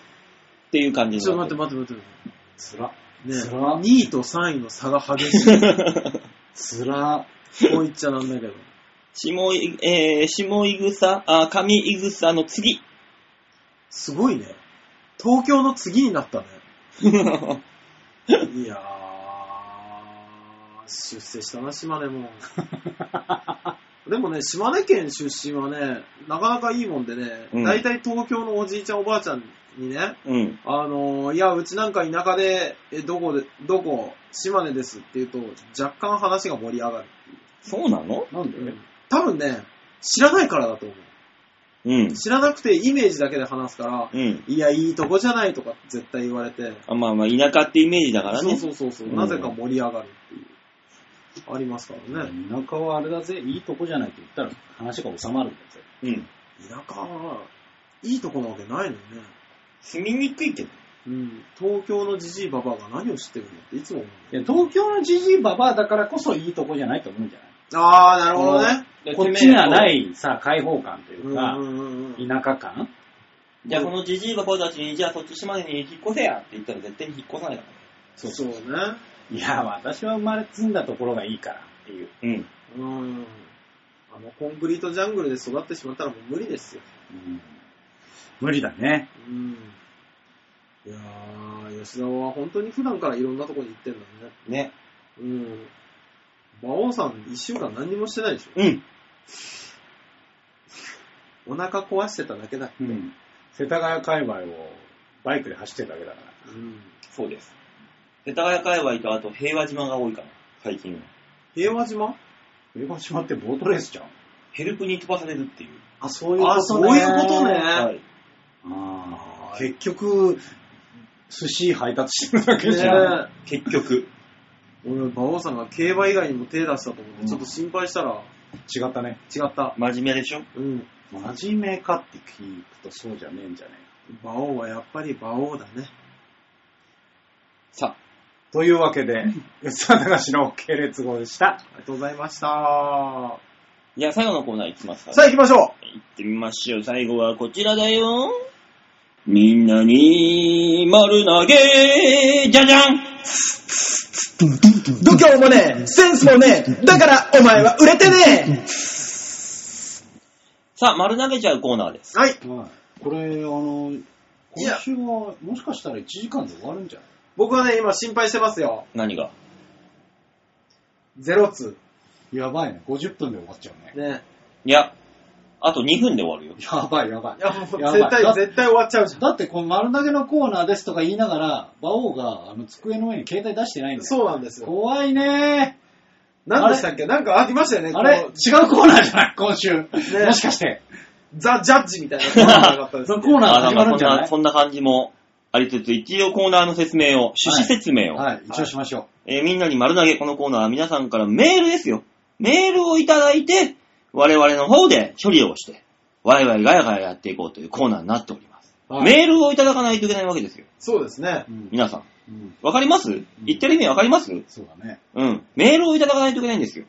B: ていう感じ
C: ちょっと待って
B: て
C: 待って待って。
A: ら。つら。
C: ね
A: つ
C: 2
A: ら
C: 位と3位の差が激しい。こ
A: つ
C: う
A: ら。
C: 言っちゃなんだけど。
B: 下井、えー、下井草、あ、上井草の次。 [LAUGHS]
C: すごいね。東京の次になったね。 [LAUGHS] いやー、出世したな、島根も。 [LAUGHS] でもね、島根県出身はね、なかなかいいもんでね、
B: うん
C: 大体東京のおじいちゃんおばあちゃんにね、
B: うん。
C: あのーいや、うちなんか田舎で、え、どこで、どこ、島根ですって言うと、若干話が盛り上がる。
B: そうなの
A: なんで、
C: 多分ね、知らないからだと思う。
B: うん。
C: 知らなくてイメージだけで話すから、
B: うん。
C: いや、いいとこじゃないとか絶対言われて、
B: あまあまあ、田舎ってイメージだから
C: そう
B: ね。
C: そうそうそう、
B: うん
C: なぜか盛り上がるっていう、ありますからね。
A: 田舎はあれだぜ、いいとこじゃないと言ったら話が収まるんだぜ。
B: うん。
C: 田舎は、いいとこなわけないのよね。
B: 住みにくいけど。
C: うん、東京のジジイババアが何を知ってるんだっていつも思
A: いや東京のじじいばばあだからこそいいとこじゃないと思うんじゃな
C: う。あー、なるほどね。
A: いこっちにはないさ、開放感といううんか、
C: うんうんうん。
A: 田舎感
B: じゃあこのじじいばばたちに、じゃあそっち島根に引っ越せやって言ったら絶対に引っ越さないか
C: そうそうね。
A: いや、私は生まれ住んだところがいいからっていう。
B: らね。
C: うん。あの、コンクリートジャングルで育ってしまったらもう無理ですよ。
A: うん無理だね。
C: うん。いやー、吉田は本当に普段からいろんなとこに行ってんだね。
B: うん。ね。
C: うん。馬王さん、一週間何にもしてないでし
B: うん。
C: ょお腹壊してただけだ。
A: うん。世田谷界隈をバイクで走ってるだけだから。
C: うん。
B: そうです。世田谷界隈とあと平和島が多いかな、最近は。
C: 平和島
A: 上場島ってボートレースじゃん。
B: ヘルプに飛ばされるっていう。
A: あ、そう
C: あ、そういうことね。。
B: はい。
A: あー結局、寿司配達してるだけ
C: ね
A: じゃん。
C: え
B: 結局。
C: 俺、馬王さんが競馬以外にも手出したと思って、
A: うん
C: ちょっと心配したら、
A: 違ったね。
C: 違った。
B: 真面目でしょ
C: うん。
A: 真面目かって聞くとそうじゃねえんじゃねえ
C: 馬王はやっぱり馬王だね。
B: さあ、
A: というわけ [LAUGHS] で、吉田隆の系列語でした。
C: ありがとうございました。さ
B: じゃあ最後のコーナーいきますから。
C: あ行きましょ
B: 行ってみましょう。最後はこちらだよ。みんなに丸投げじゃじゃん
D: 度胸もねえセンスもねえだからお前は売れてね
B: さあ、丸投げちゃうコーナーです。
C: うはい。
A: これ、あの、
C: いや
A: 今週はもしかしたら1時間で終わるんじゃない
C: 僕はね、今心配してますよ。
B: 何が
C: ゼロツ
A: やばいね。50分で終わっちゃうね。
C: ね。
B: いや、あと2分で終わるよ。
A: やばいやばい。
C: いや、もう絶
A: やばい
C: 対、絶対終わっちゃうじゃん。
A: だってこの丸投げのコーナーですとか言いながら、馬王があの机の上に携帯出してないんだよ。
C: そうなんですよ。
A: 怖いね
C: 何でしたっけなんかありましたよね。
A: あれ違
C: こ
A: う
C: の
A: コーナーじゃない今週。もしかして。
C: ザ・ジャッジみたいなコーナーがなかったです
A: そのコーナーが
B: あ
A: 始
B: まあ
A: まる
B: こ
A: ん
B: ん
A: じゃな
B: な、
A: い
B: そんな感じもありつつ、一応コーナーの説明を、趣旨説明を。
A: はい、一応しましょ
B: えーみんなに丸投げ、このコーナーは皆さんからメールですよ。メールをいただいて、我々の方で処理をして、ワイワイガヤガヤやっていこうというコーナーになっております。
A: う。はい
B: メールをいただかないといけないわけですよ。
C: そうですね
A: う。ん
B: 皆さん。
A: うん。
B: わかります言ってる意味わかります
A: そうだね。
B: うん。メールをいただかないといけないんですよ。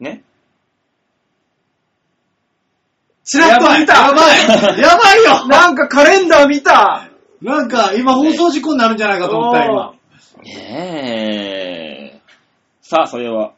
B: ね。
D: チラッと見た
C: やばいやばいやばいよ
D: なんかカレンダー見た
A: なんか、今放送事故になるんじゃないかと思った、今。
B: ねえ。さあ、それは。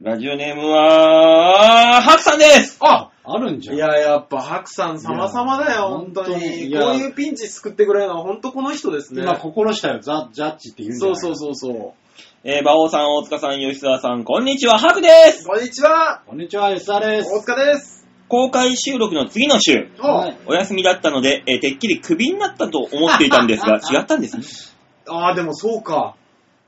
B: ラジオネームは、ハクさんです
C: あ
A: あるんじゃん。
C: いや、やっぱ、白さん様々だよ、
A: いや
C: 本当
A: 本当にい
C: に。
A: や
C: こういうピンチ救ってくれるのは本当この人ですね。
A: 今、心したよ、ザ・ジャッジって言うんじゃ
C: そう
A: ない
C: そうそうそう。
B: えー、馬王さん、大塚さん、吉沢さん、こんにちは、ハクです
C: こんにちは
A: こんにちは、吉沢です。
C: 大塚です
B: 公開収録の次の週、
C: お
A: はい
B: お休みだったので、えーてっきりクビになったと思っていたんですが、違ったんですね。
C: ああ、でもそうか。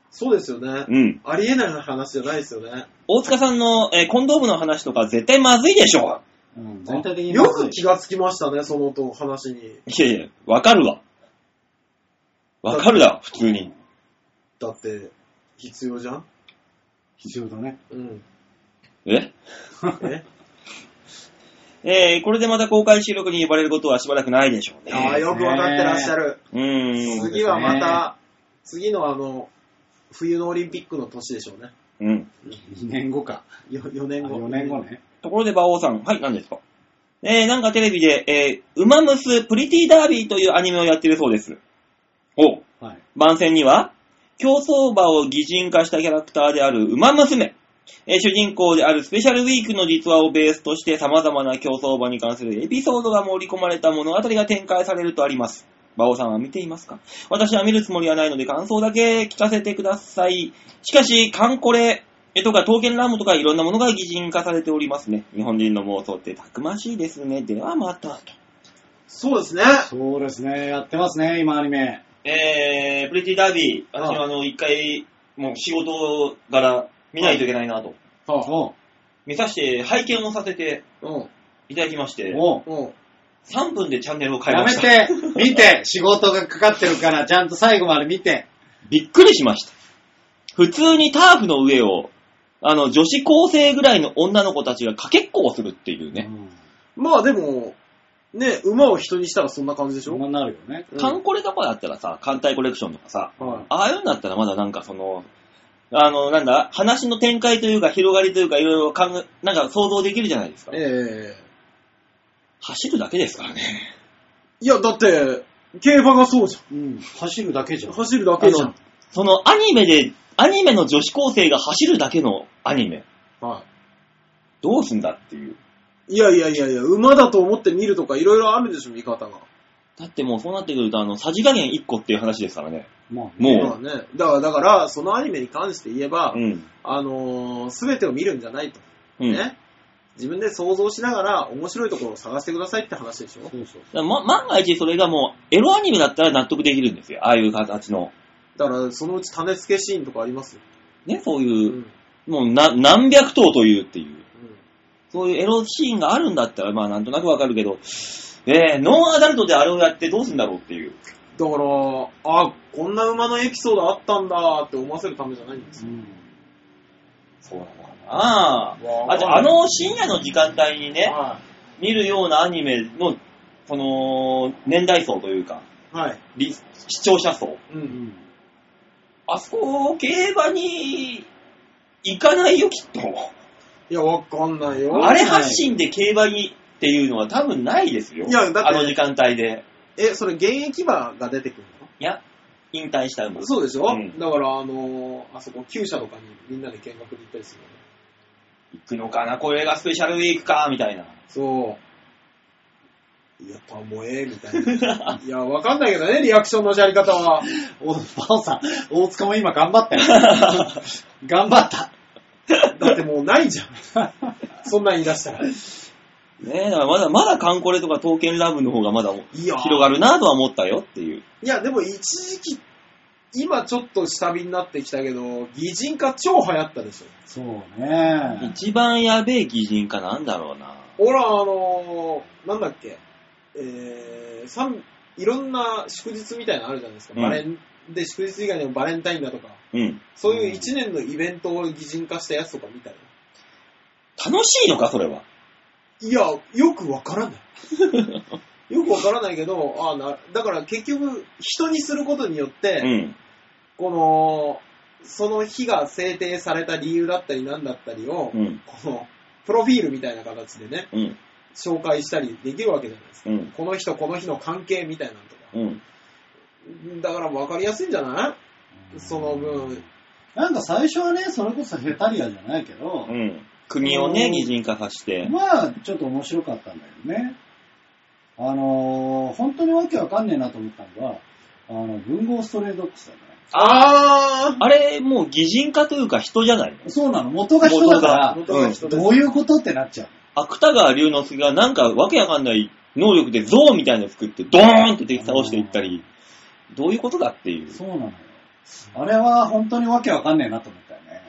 C: そうですよね。
B: うん。
C: ありえない話じゃないですよね。
B: 大塚さんの、えーコンドームの話とか絶対まずいでしょ
A: うん、全体的に。
C: よく気がつきましたね、そのと話に。
B: いやいや、わかるわ。わかるだ、普通に。
C: だって、必要じゃん
A: 必要だね。
C: うん。
B: え
A: [LAUGHS]
C: え
B: えーこれでまた公開収録に呼ばれることはしばらくないでしょう
C: あ
B: ね。
C: あ、よくわかってらっしゃる。
B: うー
A: そ
B: ん。
A: うですね
C: 次はまた、次のあの、冬のオリンピックの年でしょうね。
B: うん。
A: 2年後か。
C: よ4
A: あ
C: 年後。
A: 4年後。ね。
B: ところで、馬王さん。はい、何ですかえー、なんかテレビで、えー、ウマ娘プリティダービーというアニメをやってるそうです。おう
A: はい。
B: 番宣には、競走馬を擬人化したキャラクターである馬娘、えー主人公であるスペシャルウィークの実話をベースとして様々な競走馬に関するエピソードが盛り込まれた物語が展開されるとあります。馬王さんは見ていますか私は見るつもりはないので感想だけ聞かせてください。しかし、カンコレとか刀剣乱舞とかいろんなものが擬人化されておりますね。日本人の妄想ってたくましいですね。ではまた。
C: そうですね。
A: そうですね、やってますね、今アニメ。
B: えー、プリティダービー、私もあの、一回、もう仕事柄見ないといけないなと。
C: はあ、
A: おう、
B: 見させて、拝見をさせて
C: うん。
B: いただきまして、
A: おう。
C: うん。
B: 3分でチャンネルを変え
A: や
B: ま
A: め
B: した。
A: て、見て、仕事がかかってるから、ちゃんと最後まで見て。
B: びっくりしました。普通にターフの上を、あの、女子高生ぐらいの女の子たちがかけっこをするっていうね。
A: うん。
C: まあでも、ね、馬を人にしたらそんな感じでし
A: そ
C: ょ
A: んなになるよね。
C: うん
B: カンコレとかだったらさ、艦隊コレクションとかさ、
C: はい
B: ああいうんだったらまだなんかその、あの、なんだ、話の展開というか広がりというかいろいろ考え、なんか想像できるじゃないですか。
C: ええ
B: 走るだけですからね。
C: いや、だって、競馬がそうじ
A: うん。走るだけじ
C: ゃ
A: ゃ
C: ん。
A: ん。
C: 走るだけじゃん。
B: そのアニメで、アニメの女子高生が走るだけのアニメ、
C: は
B: どうすんだっていう。
C: い。いやいやいやいや、馬だと思って見るとかいろいろあるでしょ、見方が。
B: だってもうそうなってくると、あの、さじ加減1個っていう話ですからね。
A: まあ、
B: もう
C: まあね。だから、だから、そのアニメに関して言えば、
B: うん。
C: あのす、べてを見るんじゃないと。
B: うん。
C: ね。自分で想像しながら面白いところを探してくださいって話でしょ。
A: そうそう。
B: だま、万が一それがもう、エロアニメだったら納得できるんですよ。ああいう形の。
C: だから、そのうち種付けシーンとかありますよ。
B: ね、そう
C: う
B: いう、。もうな、何百頭というっていう。そういうエロシーンがあるんだったら、まあなんとなくわかるけど、えー、ノンアダルトであれをやってどうすんだろうっていう。
C: だから、あ、こんな馬のエピソードあったんだって思わせるためじゃないんです
A: う
C: よ。
A: ん。
B: そうなのかなあ、
C: あ
B: じゃああ、の深夜の時間帯にね、
C: は
B: 見るようなアニメの、その、年代層というか、
C: い。はい。
B: り視聴者層。
C: う。
A: うんん。
B: あそこ、競馬に行かないよ、きっと。
C: いや、わかんないよ。
B: あれ発信で競馬にっていうのは多分ないですよ。
C: いやだって
B: あの時間帯で。
C: え、それ現役馬が出てくる
B: いや、引退した馬
C: の。そうでしょ、
B: うん
C: だから、あのーあそこ、厩舎とかにみんなで見学に行ったりするよね。
B: 行くのかな、これがスペシャルウィークか、みたいな。
C: そう。いや、パモえ、みた
B: [LAUGHS]
C: いな。いや、わかんないけどね、リアクションのやり方は。
A: お、バオさん、大塚も今頑張ったよ。頑張った。
C: だってもうないじゃん。そんなん言い出したら。い
B: ねえ、だからまだ、まだカンコレとか刀剣ラブの方がまだ
C: や
B: 広がるなとは思ったよっていう。
C: いや、でも一時期、今ちょっと下火になってきたけど、擬人化超流行ったでしょ。
A: そうね。
B: 一番やべえ擬人化なんだろうな。
C: ほら、あのーなんだっけ、えー、三、いろんな祝日みたいなのあるじゃないですか。
B: うん
C: バレン、で、祝日以外にもバレンタインだとか、
B: うん。
C: そういう一年のイベントを擬人化したやつとか見たら、
B: 楽しいのか、それは。
C: いや、よくわからない。 [LAUGHS] よくわからないけど、ああな、だから結局、人にすることによって、
B: うん。
C: この、その日が制定された理由だったりなんだったりを、
B: うん。
C: この、プロフィールみたいな形でね、
B: うん。
C: 紹介したりできるわけじゃないですか。
B: うん。
C: この人、この日の関係みたいなのとか。
B: うん。
C: だから分かりやすいんじゃないその分。
A: なんか最初はね、それこそヘタリアじゃないけど、
B: うん。国をね、擬人化させて。
A: まあ、ちょっと面白かったんだけどね。あのー、本当にわけわかんねえなと思ったのが、あの、文豪ストレイドックスだね。
C: あ
B: あれ、もう擬人化というか人じゃないの
A: そうなの、元が人だから、
C: 元が人です
A: どういうことってなっちゃう。
B: 芥川龍之介がなんかわけわかんない能力で象みたいなの作ってドーンって敵倒していったり、どういうことだっていう。
A: そうなのよ。あれは本当にわけわかんねえなと思ったよね。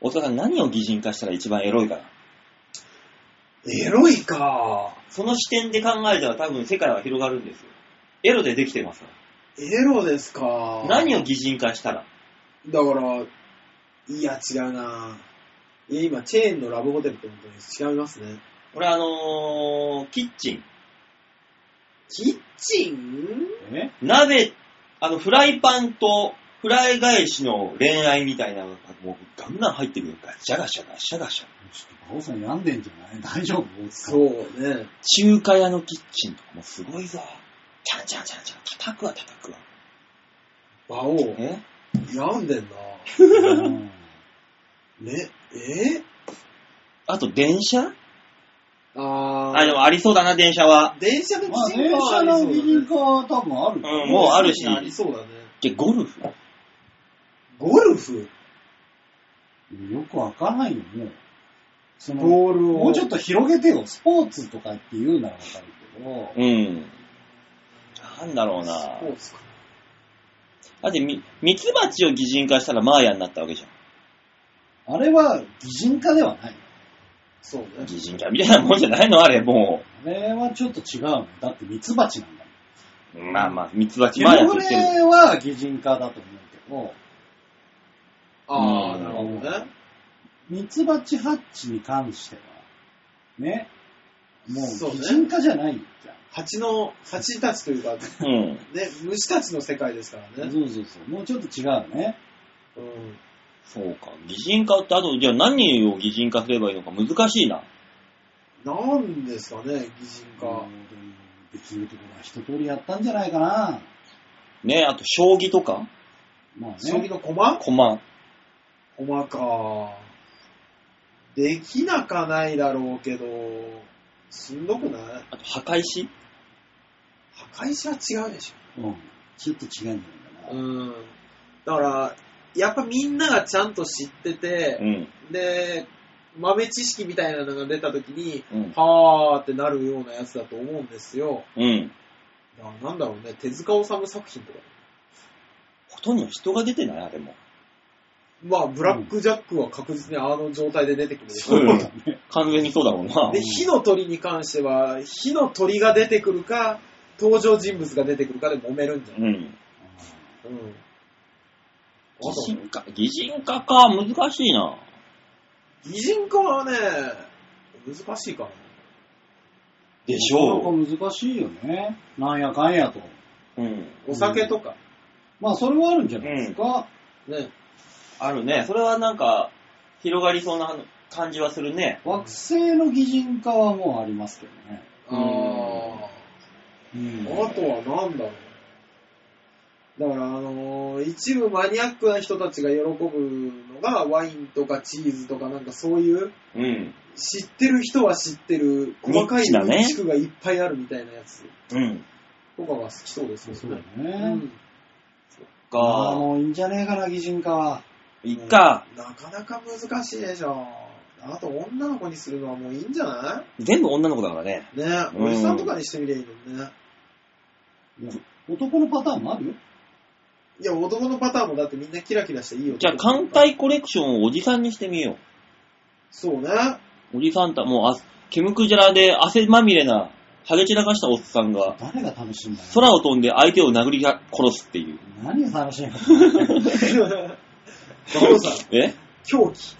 B: 大阪何を擬人化したら一番エロいかな。
C: エロいか。
B: その視点で考えたら多分世界は広がるんですよ。エロでできてますか
C: エロです
B: ら
C: か。
B: 何を擬人化したら。
C: だから、いや、違うな。いや、今、チェーンのラブホテルって本当に違いますね。
B: これあのー、キッチン。
C: キッチン
A: え
B: 鍋、あの、フライパンとフライ返しの恋愛みたいなのがもうガンガン入ってくるから、ガシャガシャガシャガシャ。
A: ちょっと、馬王さん病んでんじゃない大丈夫。
C: そううね。
B: 中華屋のキッチンとかもすごいぞ。チャンチャンチャンチャン、叩くわ叩くわ。
C: 馬王、
B: え
C: 病んでんな。
A: うん
C: ね、え
B: あと電車
C: あー
B: あ、でもありそうだな、電車は。
C: 電車の
A: まあ、
C: 擬
A: 電
C: 人化はあ
A: 車
C: り
A: の
C: そう
A: 擬
C: だ
A: 人
C: ね
A: 化は多分あるよ。
B: うんもうあるし
C: ありそうだね。
B: で、ゴルフ
C: ゴルフ
A: よくわかんないよ、もう。その、
C: ボールを。
A: もうちょっと広げてよ。スポーツとかって言うならわかるけど、
B: うん。なんだろうな
C: ス。ポーツか。
B: だってみ、ミツバチを擬人化したらマーヤになったわけじゃ
A: あれは擬人化ではない。
C: そうね
B: ん。。擬人化みたいなもんじゃないのあれ、も
A: あれはちょっと違うの。だってミツバチなんだもん。
B: う。まあまあ、ミツバチ、
A: キ
B: マーヤ
A: ノ
B: って
A: フ
B: 言ってる。
A: レは擬人化だと思う
C: あ
B: う
C: あ、
B: ん
C: なるほどね。
A: けど、ミツバチハッチに関しては、ね、も
C: そう
A: う
C: ね
A: 擬人化じゃないじゃん。
C: 蜂の、蜂たちというか、ね、
B: うん。虫
C: 虫たちの世界ですからね。
A: そうそうそう。もうちょっと違うね。
C: うん。
B: そうか。擬人化って、あと、じゃあ何を擬人化すればいいのか難しいな。
C: なんですかね、擬人化。
A: うんできるところは一通りやったんじゃないかな。
B: ねあと、将棋とか
A: まあね。
C: 将棋の駒
B: 駒。
C: 駒か。できなかないだろうけど、しんどくない
B: あと、墓石
C: 破壊者は違うでし
A: うん。ちょっと違うんじゃない
C: ょ。
A: かな。
C: うん。だから、やっぱみんながちゃんと知って
B: う
C: て、
B: ん。
C: で、豆知識みたいなのが出た時に、
B: うん。
C: はーってなるようなやつだと思うんですよ。
B: うん。
C: だからなんだろうね、手塚治虫作品とか。
B: ほとんど人が出てないあれも。
C: まあ、ブラックジャックは確実にあの状態で出てくるでしょ。
B: そうだね。完全にそうだろうな
C: で、。火の鳥に関しては、火の鳥が出てくるか、登場人物が出てくるかで揉めるんじゃな
B: う
C: い
B: ん。
C: うん。
B: 擬人化、擬人化か、難しいな。
C: 擬人化はね、難しいかな。
B: でしょう。
A: なかなか難しいよね。なんやかんやと。
B: うん。
C: お酒とか、
A: まあ、それはあるんじゃないですか。
C: ね。
B: あるね。それはなんか、広がりそうな感じはするね。
A: 惑星の擬人化はもうありますけどね。
C: あ
B: うん
C: あ
A: うん
C: ー、あとはなんだろう。だから、あのー一部マニアックな人たちが喜ぶのが、ワインとかチーズとかなんかそういう、
B: うん。
C: 知ってる人は知ってる、細かい
B: ニッチなね
C: 地区がいっぱいあるみたいなやつ
B: うん。
C: とかが好きそうです
A: そう
C: よ
A: だ
C: ね。う
A: ね。
C: ん
A: ああ、
B: か、
A: もういいんじゃねえかな、擬人化は。
B: いっか。
C: なかなか難しいでしょ。あと女の子にするのはもういいんじゃな
B: 全部女の子だからね。
C: いね
B: うん
C: おじさんとかにしてみりゃいいのにね。
A: いや男のパターンもあるよ。
C: いや、男のパターンもだってみんなキラキラしていいよ。
B: じゃあ、艦隊コレクションをおじさんにしてみよ
C: そうね。
B: う。おじさんた、もうあ、ケムクジャラで汗まみれな、ハゲ散らかしたおっさんが、
A: 誰が楽しいんだよ。
B: 空を飛んで相手を殴りが殺すっていう。
A: 何が楽しいのか。
C: 馬王さん、
B: え
C: 狂気。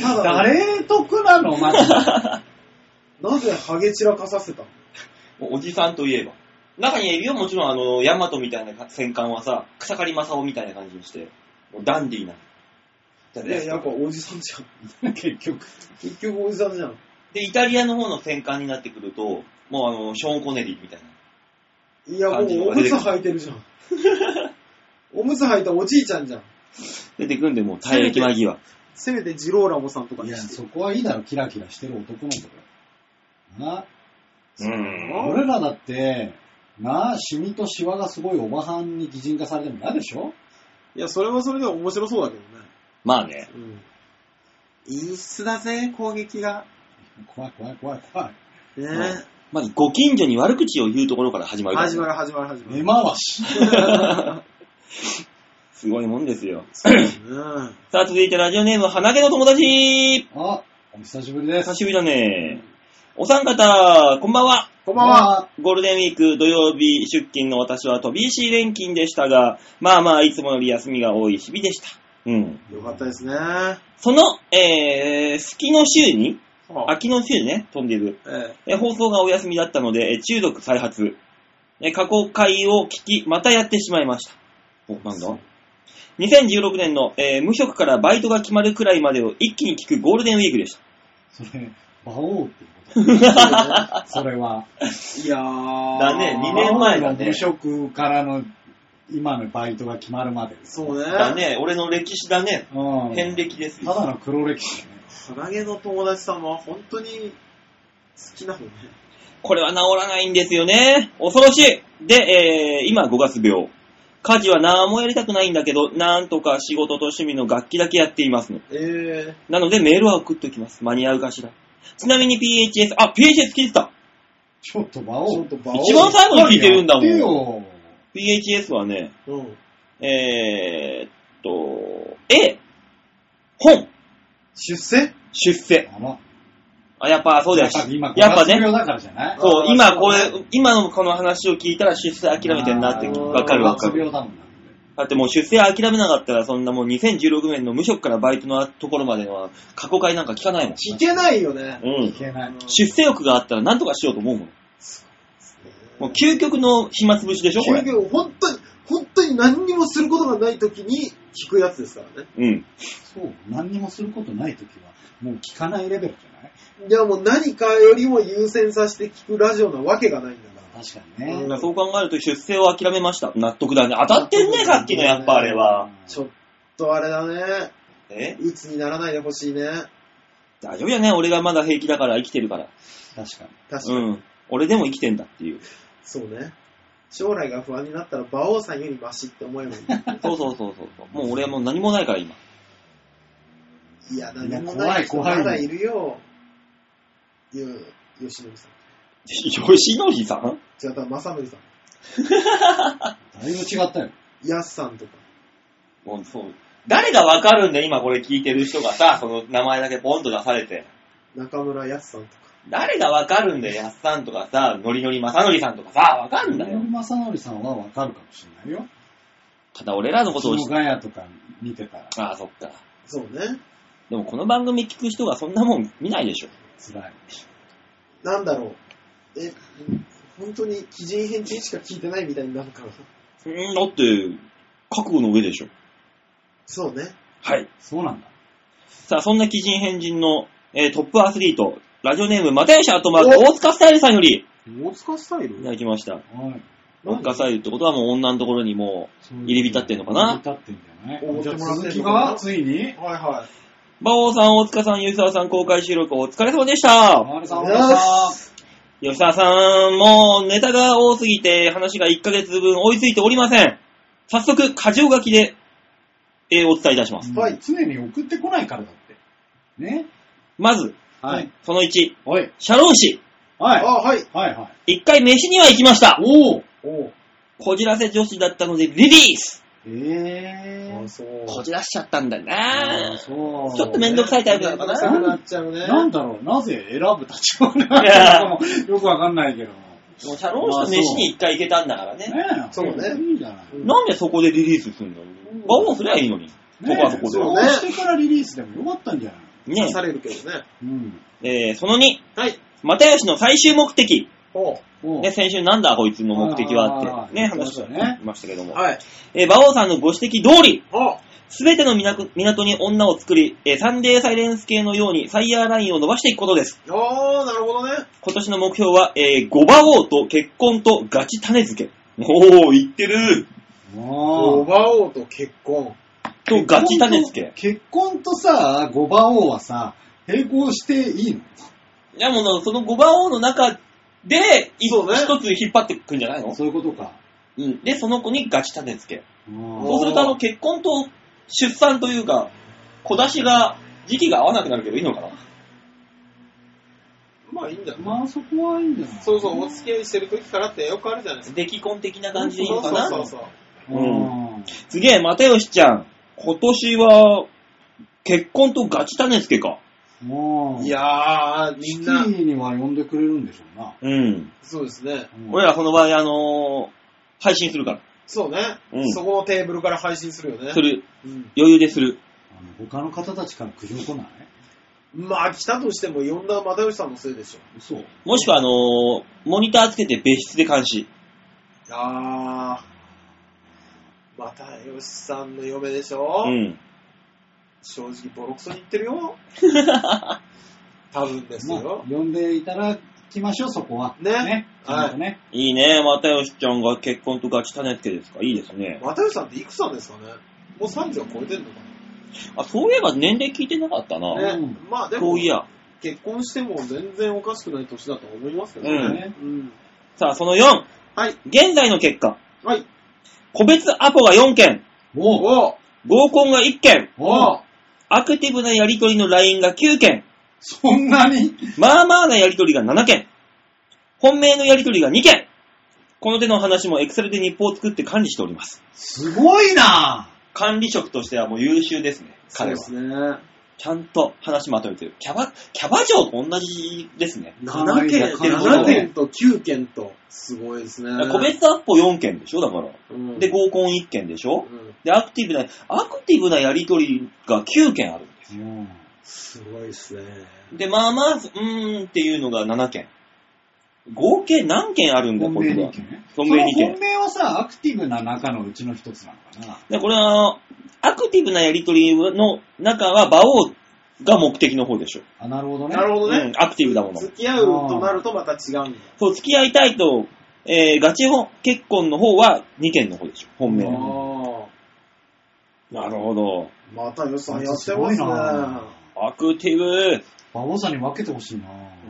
C: ただ、
A: 誰得なの、マジで。
C: なぜハゲ散らかさせたの
B: おじさんといえば。中にエビはもちろんあの、ヤマトみたいな戦艦はさ、草刈正雄みたいな感じにして、もうダンディーな。じゃないいで
C: や、
B: す
C: や
B: か
C: っぱおじさんじゃん。
A: 結局。
C: 結局おじさんじゃん。
B: で、イタリアの方の戦艦になってくると、もうあの、ショーン・コネリーみたいな。
C: いや、もうおむつ履いてるじゃん。おむつ履いたおじいちゃんじゃん。
B: 出てくんで、もう退役間際。
C: せめてジローラモさんとか
A: い
C: に
A: や、
C: して。
A: そこはいいだろ、キラキラしてる男の子だよ。
B: うん。
A: な俺らだって、なあ、シミとシワがすごいおばはんに擬人化されても嫌でしょ
C: いや、それはそれで面白そうだけどね。
B: まあね。
C: うん。陰湿だぜ、攻撃が。
A: 怖い怖い怖い怖い。
C: ね
B: んまず、ご近所に悪口を言うところから始まるから、
C: 始まる始まる始ま
A: 根
C: る。
A: 回し。
B: すごいもんですよ。
C: うん。
B: さあ、続いてラジオネーム、鼻毛の友達
A: あ、お久しぶりです。
B: 久しぶりだね。お三方、こんばんは。
C: こんばんは。
B: ゴールデンウィーク土曜日出勤の私は飛び石連勤でしたが、まあまあいつもより休みが多い日々でした。うん。
C: よかったですね。は
B: その、えー、隙の週に、
C: あ、
B: 秋の週ね、飛んでる。
C: え
B: えー放送がお休みだったので、えー中毒再発。えー過去回を聞き、またやってしまいました。お、なんだ ?2016 年の、えー無職からバイトが決まるくらいまでを一気に聞くゴールデンウィークでした。
A: それ、馬王っていう
B: [LAUGHS]
A: ことそれは。
C: えいやー。
B: だね二年前だね
A: 馬王が無職からの、今のバイトが決まるまでです。
C: そうね。
B: だ。ね、俺の歴史だね。
A: うん。
B: 変歴です
A: ただ
B: よ。
A: の黒歴史だね。
C: 鼻毛の友達さんは本当に好きなのね。
B: これは治らないんですよね。恐ろしいで、えー今5月病。家事は何もやりたくないんだけど、なんとか仕事と趣味の楽器だけやっていますの。
C: え
B: なのでメールは送っておきます。間に合うかしら。ちなみに PHS、あ、PHS 聞いてた
A: ちょっと馬
C: ー、ちょ
A: 王
C: っ。とバ
B: 一番最後に聞いてるんだも
A: やって
B: ん。
A: よ
B: PHS はね、
C: うん。
B: えー、っと、A、本、
C: 出世
B: 出世。
A: あの、
B: あ、やっぱそうだよ。
A: 今、
B: やっぱね、
A: 病だからじゃない
B: そう、
C: あ
B: 今
C: ー
B: こ
C: そう
B: れ、今のこの話を聞いたら出世諦めてんなって、
A: あー
B: わかるわか
A: うつ
B: る。
A: 病だもんな
B: だってもう出世諦めなかったら、そんなもう2016年の無職からバイトのところまでは、過去会なんか聞かないもん。
C: 聞けないよね。
B: う
A: い
B: ん。
A: けない。
B: 出世欲があったら何とかしようと思うもん。もう究極の暇つぶしでしょ、こ
C: 究
B: れ。
C: 極、本当に、本当に何にもすることがない時に聞くやつですからね。
B: うん。
A: そう、何にもすることないときは、もう聞かないレベルじゃない
C: いや、もう何かよりも優先させて聞くラジオなわけがないんだから。
A: 確かにね。
C: うん
B: そう考えると出世を諦めました。納得だね。当たってんね、さっきのやっぱあれは。
C: ちょっとあれだね。
B: え
C: 鬱にならないでほしいね。
B: 大丈夫やね。俺がまだ平気だから生きてるから。
A: 確かに。
C: 確か
B: う
C: に。
B: ん。俺でも生きてんだっていう。
C: そうね。将来が不安になったら、馬王さんよりマシって思えばいい。
A: [LAUGHS]
B: そうそうそうそう。もう俺はもう何もないから今。
C: いや、何もない人
A: 怖い怖い
C: まだいるよ。いや、吉野さん。
B: 吉野さん
C: じゃあ、正宗さん。
A: だいぶ違ったよ。
C: ヤスさんとか。
B: もうそう。誰がわかるんだよ、今これ聞いてる人がさ、その名前だけポンと出されて。
C: 中村ヤスさんとか。
B: 誰がわかるんだよ、やっさんとかさ、ノリノリまさのりさんとかさ、わかんだよ。
A: 森正則さんはわかるかもしれないよ。
B: ただ俺らのこ
A: そ
B: とを
A: の
B: 知って、
A: ガヤとか見てたら
B: ああ、そっか。
C: そうね。
B: でもこの番組聞く人がそんなもん見ないでしょ。
A: 辛い。
C: なんだろう。え、本当に基人変人しか聞いてないみたいになるから。
B: うん、だって、覚悟の上でしょ。
C: そうね。
B: はい。
A: そうなんだ。
B: さあ、そんな奇人変人の、えートップアスリート、ラジオネーム、又吉アットマーク、大塚スタイルさんより、
C: 大塚スタイ
B: いただきました。
A: はい。
B: 大塚スタイルってことはもう女のところにも入り浸ってんのかな
A: 入り浸ってんじゃな
C: お
A: い
C: ご
A: じ
C: っ
A: ゃ
C: ても
A: あ
C: らってんのかな
A: 続きがついに
C: はいは
B: う、馬王さん、大塚さん、吉沢さん、公開収録お疲れ様でした。
A: マルさん、お疲れ様
C: い。
B: 吉沢さん、もうネタが多すぎて話が1ヶ月分追いついておりません。早速、箇条書きで、えーお伝えいたします。
A: うん
C: はい
A: 常に送ってこないからだって。ね
B: まず、
A: はい。
B: その1、
A: おい。
B: シャロン氏、
A: はい。
C: あ、はい。
A: はいはい。
B: 1回飯には行きました。
A: おお
C: おう
B: こじらせ女子だったのでリリース
A: えー。
C: そう
B: こじらしちゃったんだよ
A: あー
B: な
A: そう。
B: ちょっとめんどくさいタイプなのかな
C: めんどくさくなっちゃうね。
A: なんだろう、なぜ選ぶ立場なのかもよくわかんないけど。ね
B: もうシャロン氏と飯に1回行けたんだからね。
A: え。
C: そうね
A: いいじゃない。
C: うん
B: なんでそこでリリースすんのバオンすりゃいいのに。そ
A: ね
B: こはそこで。
A: そうしてからリリースでもよかったんじゃない
B: ね
C: 刺されるけどね。
A: うん。
B: えーその2、
C: はい。
B: 又吉の最終目的、
C: ほ
A: うん
B: ね、先週なんだこいつの目的はって、ね、
A: あー
B: 話
A: そう
B: し
A: だね
B: ましたけど
C: う。
B: も。
C: はい。
B: えー馬王さんのご指摘通り、
C: ほ
B: すべての港港に女を作り、えーサンデーサイレンス系のようにサイヤーラインを伸ばしていくことです。
C: う。おー、なるほどね。
B: 今年の目標は、えー、五馬王と結婚とガチ種付け。おー、言ってる
C: オ
A: もう
C: バオと結婚。
B: とガチ種付け。
A: 結婚とさ、五番王はさ、並行していいの
B: いや、もう、その五馬王の中で、い
C: そうね
B: 一つ引っ張ってくんじゃないの
A: そういうことか。
B: うん。で、その子にガチ種付け。
A: うん
B: そうすると、あの、結婚と出産というか、小出しが、時期が合わなくなるけどいいのかな
C: まあいいんだよ。
A: まあそこはいいんじゃない
C: そうそう、お付き合いしてる時からってよくあるじゃないですか。
B: 出来婚的な感じでいいのかな
C: そうそうそう
A: う
B: うん
A: ん。
B: すげえ、又吉ちゃん。今年は、結婚とガチ種付けか。
A: も
C: そう
A: う、
C: い、やー、みんな、
A: には呼んでくれるんでしょうな。
B: うん。
C: そうですね。
A: うん
B: 俺らその場合、あのー配信するか
C: そうね、
B: うん
C: そこのテーブルから配信するよね
B: ら。す。る。
C: うん
B: 余裕でする。
A: あの他の方たちから苦情来ない
C: まあ来たとしても呼んだ又吉さんのせいでしょ。
A: 嘘。
B: もしくは、あのーモニターつけて別室で監視。
C: あー、又吉さんの嫁でしょ、
B: うん。
C: 正直ボロクソに言ってるよ。多分です
A: まあ
C: よ。
A: 呼んでいただきましょう、そこは。
C: ね
A: ね。
C: はい
A: ちゃんとね。
B: いいね、又吉ちゃんが結婚とガチ種付けですか。いいですね。
C: 又吉さんっていくつなんですかねもう30は超えてんのか
B: あ、そういえば年齢聞いてなかったな。
C: な、
A: うん
C: ね、まあで
B: そ
C: も
B: うい、や。
C: 結婚しても全然おかしくない年だと思いますけど
B: うん
C: ね。うん
B: さあ、その4。
C: はい。
B: 現在の結果。
C: はい。
B: 個別アポが4件。
A: おう
C: お
B: 合コンが1件。
A: おう
B: アクティブなやりとりの LINE が9件。
A: そんなに
B: まあまあなやりとりが7件。本命のやりとりが2件。この手の話も Excel で日報を作って管理しております。
A: すごいな
B: 管理職としてはもう優秀ですね。
C: そう
B: 彼
C: で
B: は。
C: すね。
B: ちゃんと話まとめてる。キャバ、キャバ嬢と同じですね。
C: 7
A: い
C: 件
A: や
C: で、
A: かなり
C: 7件と9件と、すごいですね。
B: 個別アポ4件でしょだから。
C: うん
B: で、合コン1件でしょ
C: うん
B: で、アクティブな、アクティブなやりとりが9件ある。
A: うん。
C: すごいですね。
B: で、まあまあ、うーんっていうのが7件。合計何件あるんだ、
A: 本
B: これ
A: 命
B: は
A: 2。件ね。
B: 本命2
A: その
B: 件
A: 本。命はさ、アクティブな中のうちの一つなのかな。
B: で、これは、アクティブなやりとりの中は、馬王が目的の方でしょ。
A: あ、なるほどね。
C: なるほど
B: う
C: ね
B: ん。アクティブだもの。
C: 付き合うとなるとまた違うんだ。
B: そう、付き合いたいと、えー、ガチ結婚の方は2件の方でしょ。本命
A: う
B: の。
C: あ
B: な
C: あ。
B: るほど。
C: また予
A: あ
C: 算
A: い
C: や
A: つ
C: っ
A: す
C: て
A: ご
C: ま
A: い
C: すね。
A: な
B: アクティブ。
A: 馬王さんに分けてほしいな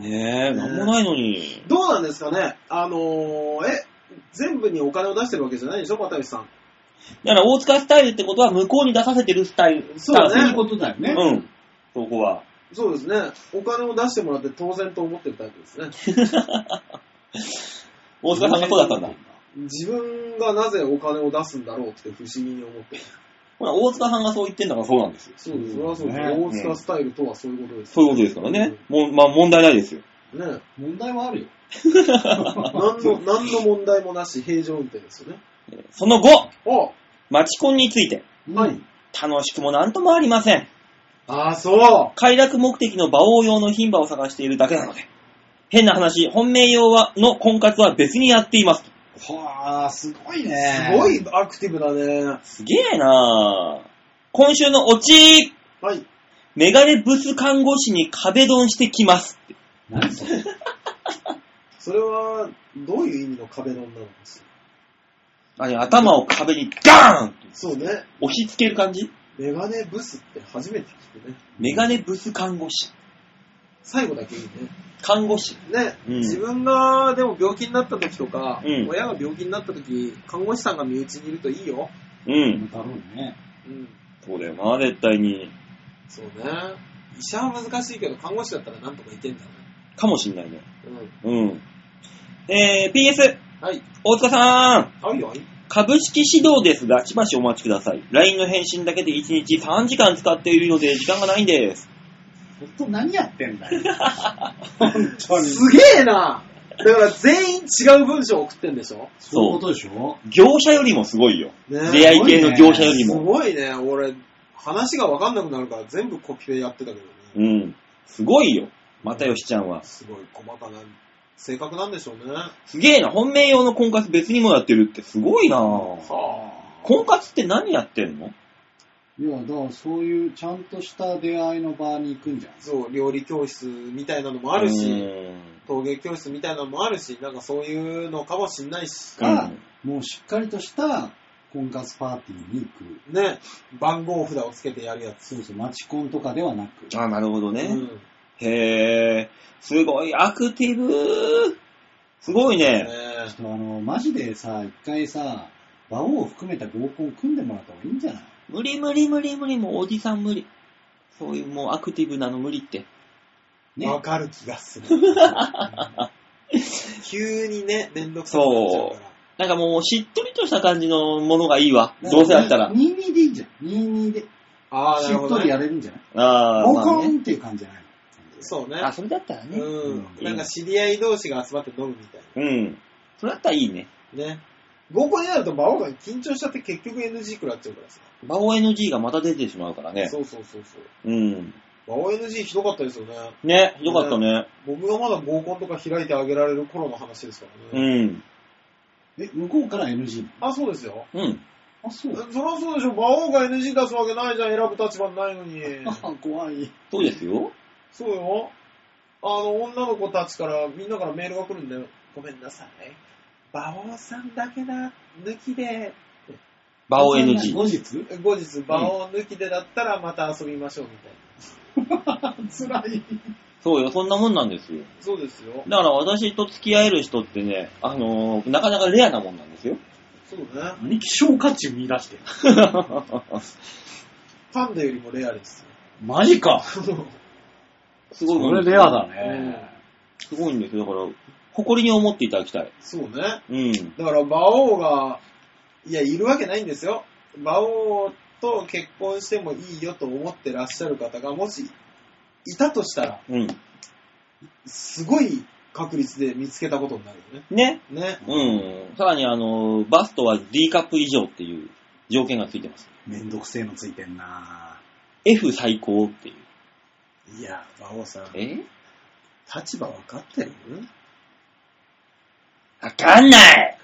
B: ねえ、なんもないのに。
C: どうなんですかねあのー、え、全部にお金を出してるわけじゃないでしょ、渡辺さん。
B: だから、大塚スタイルってことは、向こうに出させてるスタイル。
C: そうだね
B: スタン
A: そういうことだよ
B: ス
A: ね。
B: うん。そこは。
C: そうですね。お金を出してもらって当然と思ってるタイプですね。
B: 大塚さんがそうだったんだ。
C: 自分がなぜお金を出すんだろうって不思議に思ってる。
B: ほら、大塚さんがそう言ってんだからそうなんですよ。
C: そうです。それはそうです。
A: ね
C: 大塚スタイルとはそういうことです。
B: そういうことですからね。もう、まあ、問題ないですよ。
C: ね。
A: 問題はあるよ。
C: 何の、何の問題もなし、平常運転ですよね。
B: その後、
C: あ
B: マチコンについて。
C: 何
B: 楽しくもなんともありません。
C: ああ、そう
B: 快楽目的の馬王用の牝馬を探しているだけなので。変な話、本命用は、の婚活は別にやっています。
A: はあ、すごい
C: す
A: ね。
C: ごいアクティブだね。
B: すげえなぁ。今週のオチ
C: はい。
B: メガネブス看護師に壁ドンしてきます。
A: 何それ。
C: それは、どういう意味の壁の女なんですか
B: あれ、頭を壁にガーンって
C: そうね。
B: 押し付ける感じ
C: メガネブスって初めて聞くね。
B: メガネブス看護師。
C: 最後だけいいね。
B: 看護師。
C: ね、
B: うん
C: 自分がでも病気になった時とか、
B: うん
C: 親が病気になった時、看護師さんが身内にいるといいよ。
B: うん。
A: だろうね。
C: うん。
B: そうだよな、絶対に。
C: そうね。医者は難しいけど、看護師だったらなんとかいけんだね。
B: かもしんないね。
C: うん。
B: うん。えー、PS、
C: はい。
B: 大塚さん。
C: はいよ、はい。
B: 株式指導ですが、しばしお待ちください。LINE の返信だけで1日3時間使っているので、時間がないんです。
A: ほんと何やってんだよ。本当に。
C: すげえなだから全員違う文章送ってんでしょ
A: そういうことでしょ
B: 業者よりもすごいよ。
C: ね
B: 出会い系の業者より
C: す
B: も。
C: ごいね。俺、話がわかんなくなるから全部コピペやってたけどね。
B: うん。すごいよ。またよしちゃんは。
C: すごい細かな性格なんでしょうね。は
B: すげえな、本命用の婚活別にもやってるってすごいな
C: あ。
B: 婚活って何やってんの
A: 要は、だからそういうちゃんとした出会いの場に行くんじゃない
C: そう、料理教室みたいなのもある
B: う
C: し、
B: ーん
C: 陶芸教室みたいなのもあるし、なんかそういうのかもしんないし。
A: か
B: うん、
A: もうしっかりとした婚活パーティーに行く。
C: ね、番号札をつけてやるやつ。
A: そうそう、街コンとかではなく。
B: あ、なるほどね。
C: うん
B: へえ、すごい、アクティブすごいね。
C: ね
A: あの、マジでさ、一回さ、馬王を含めた合コン組んでもらった方がいいんじゃない
B: 無理無理無理無理、もうおじさん無理。そういうもうアクティブなの無理って。
A: ね
C: わかる気がする。急にね、めんどくさくなっちゃうから。
B: なんかもうしっとりとした感じのものがいいわ。どうせだったら。
A: 22でいいじゃん。22で。し
C: ああ、なる
A: っ
C: ほ
A: と
C: ど、
A: り
C: ね。
A: やれるんじゃない
B: あー
A: 合
B: まあ
A: コ
B: ね
A: ンっていう感じじゃない
C: そうね。
B: あ、それだったらね。
C: うん。なんか知り合い同士が集まって飲むみたい
B: うん。それだったらいいね。
C: な。ね。合コンになると、馬王が緊張しちゃって結局 NG 食らっちゃうからさ。
B: バオ NG がまた出てしまうからね。
C: そうそうそうそ
B: う
C: う。
B: ん。
C: 馬王 NG ひどかったですよね。
B: ね、よかったね。
C: 僕がまだ合コンとか開いてあげられる頃の話ですから
B: う
C: ね。
B: ん。
A: え、向こうから NG な
C: あ、そうですよ。
B: うん。
A: のあ、そ
C: えそりゃそうでしょ。馬王が NG 出すわけないじゃん。選ぶ立場ないのに。
A: あ、 [LAUGHS] 怖い。
B: そうですよ。
C: そうよ。あの、女の子たちから、みんなからメールが来るんだよ。ごめんなさい。馬王さんだけだ。抜きで。
B: バオ NG。
A: 後日
C: 後日、馬王抜きでだったらまた遊びましょう、みたいな。
A: 辛い。
B: そうよ、そんなもんなんですよ。
C: そうですよ。
B: だから私と付き合える人ってね、あのーなかなかレアなもんなんですよ。
C: そうね。
A: 何希少価値見出してる。
C: パンダよ [LAUGHS] りもレアです
A: マジか。
C: よ。
B: す
A: [LAUGHS] そ
B: ごいもん
A: れ
B: です
A: レ
B: よ
A: アだね。
B: すごいんですよ。だから、誇りに思っていただきたい。
C: そうね。
B: うん。
C: だから、馬王が、いや、いるわけないんですよ。馬王と結婚してもいいよと思ってらっしゃる方が、もし、いたとしたら、
B: うん。
C: すごい確率で見つけたことになるよね。
B: ね。
C: ね。
B: うん。さらにあのーバストは D カップ以上っていう条件がついてます。
A: めんどくせえのついてんな
B: F 最高っていう。
C: いや、馬王さん、
B: え
C: 立場分かってる
B: わかんない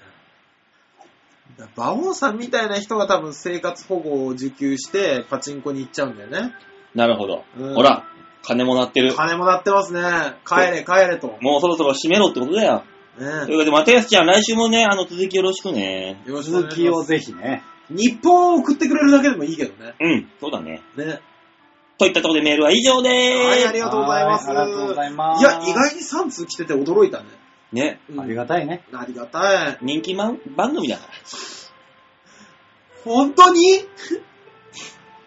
C: 馬王さんみたいな人が多分生活保護を受給してパチンコに行っちゃうんだよね。
B: なるほど。
C: うん
B: ほら、金も鳴ってる。
C: 金もなってますね。帰れ帰れと。
B: もうそろそろ閉めろってことだよ。とい
C: ね、
B: うことで、又吉ちゃん、来週もね、あの、続きよろしくね。
C: よろしくお願
A: 続
C: い
A: き
C: しま
A: を
C: す。
A: ぜひね。
C: 日本を送ってくれるだけでもいいけどね。
B: うん、そうだね。
C: ね。
B: といったところでメールは以上で
C: は
B: ー
C: い、
B: す。
C: ありがとうございます。
A: はありがとうございます。
C: いや、意外に3通来てて驚いたね。
B: ね、
C: うん
A: ありがたいね。
C: ありがたい。
B: 人気番番組だから。
C: 本当に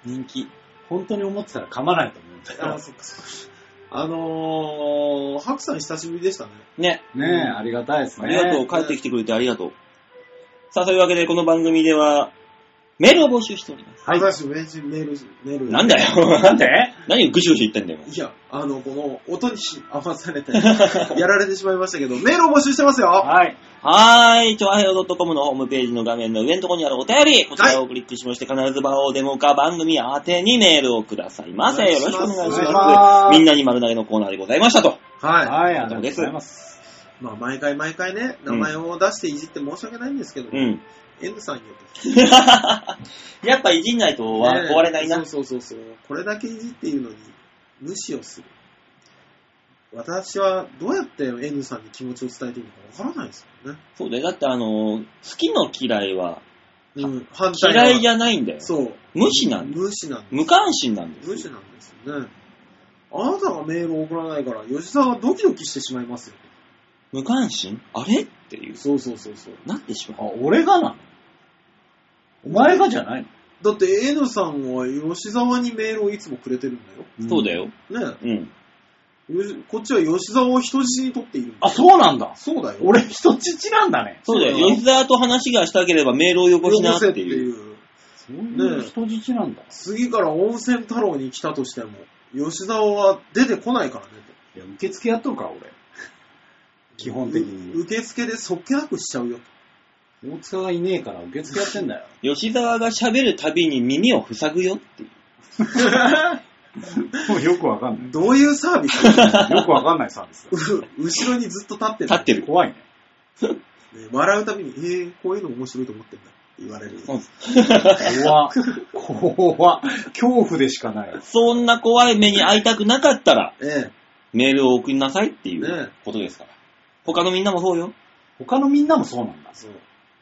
B: 人気。
A: 本当に思ってたら噛まないと思うんだ
C: あ、
A: よ。
C: そっかそっか。あのー、白さん久しぶりでしたね。
B: ね、
A: ねえ、ありがたいです
B: あ
A: ね。
B: りがとう。帰ってきてくれてありがとう。さあ、そういうわけで、この番組では、メールを募集しております。
A: はい
C: 新しいメール、メール、メール。
B: なんだよ。 [LAUGHS] なん
A: で
B: 何ぐしぐし言ってんだよ。
C: いや、あの、この、音に合わされて、やられてしまいましたけど、メールを募集してますよ
A: はい。
B: はーい。ちょあへよ .com のホームページの画面の上のところにあるお便り、こちらをクリックしまして、必ず番号デモか番組宛てにメールをくださいませ。
C: お願い
B: よ
C: し
B: ろ
C: ま
B: し
C: す
B: くお願いし
A: お願いし
B: ま。
A: ますす
B: みんなに丸投げのコーナーでございましたと。
C: は
A: はい、ありがとうございます。
C: い。まあ、毎回毎回ね、名前を出していじって申し訳ないんですけど、
B: うん。
C: N さんによって。
B: やっぱいじんないとわ
C: ね
B: 終われないな。
C: そうそうそうそう。これだけいじっているのに、無視をする。私はどうやって N さんに気持ちを伝えていいのかわからないですよね。
B: そうだよ。だってあのー、好きの嫌いは
C: うん、反対側
B: 嫌いじゃないんだよ。
C: そう。
B: 無視なんだ
C: 無視なんで。
B: 無関心なんですすよ
C: 無視なんですよね。あなたがメールを送らないから、吉沢はドキドキしてしまいますよ。
B: 無関心あれっていう、
C: そうそうそうそう。
B: なってし
A: あ
B: まう。、
A: 俺がなのお前がじゃないの、
C: だって N さんは吉沢にメールをいつもくれてるんだ
B: そうだよ。
C: よ。ね
B: うん。
C: えよしこっちは吉沢を人質に取っているんだ
A: あ、そうなんだ。
C: そうだよ。
A: 俺人質なんだね。
B: そうだよ。
C: そうだよ
B: 吉沢と話がしたければメールをよこしなって
C: よこせ
B: いう。
C: う。
A: そういう人質なんだ。
C: 次から温泉太郎に来たとしても、吉沢は出てこないからねと。
A: いや、受付やっとるから、俺。基本的
C: う
A: に。
C: 受付でそっけなくしちゃうよと。
A: 大塚がいねえから受付やってんだよ。
B: 吉沢が喋るたびに耳を塞ぐよっていう。
A: [LAUGHS] もうよくわかんない。
C: どういうサービス [LAUGHS]
A: よくわかんないサービスだ。
C: う後ろにずっと立ってん
B: 立
C: だ
B: ってる。
A: 怖いね。
C: ね笑うたびに、えー、こういうの面白いと思ってんだって言われ
B: う
C: る。
B: ん
A: [LAUGHS] 怖っ怖っ恐怖でしかない。
B: そんな怖い目に会いたくなかったら、
C: え
B: メールを送りなさいってい
C: ね
B: うことですから。他のみんなもそうよ。
A: 他のみんなもそうなんだ
C: え。そう。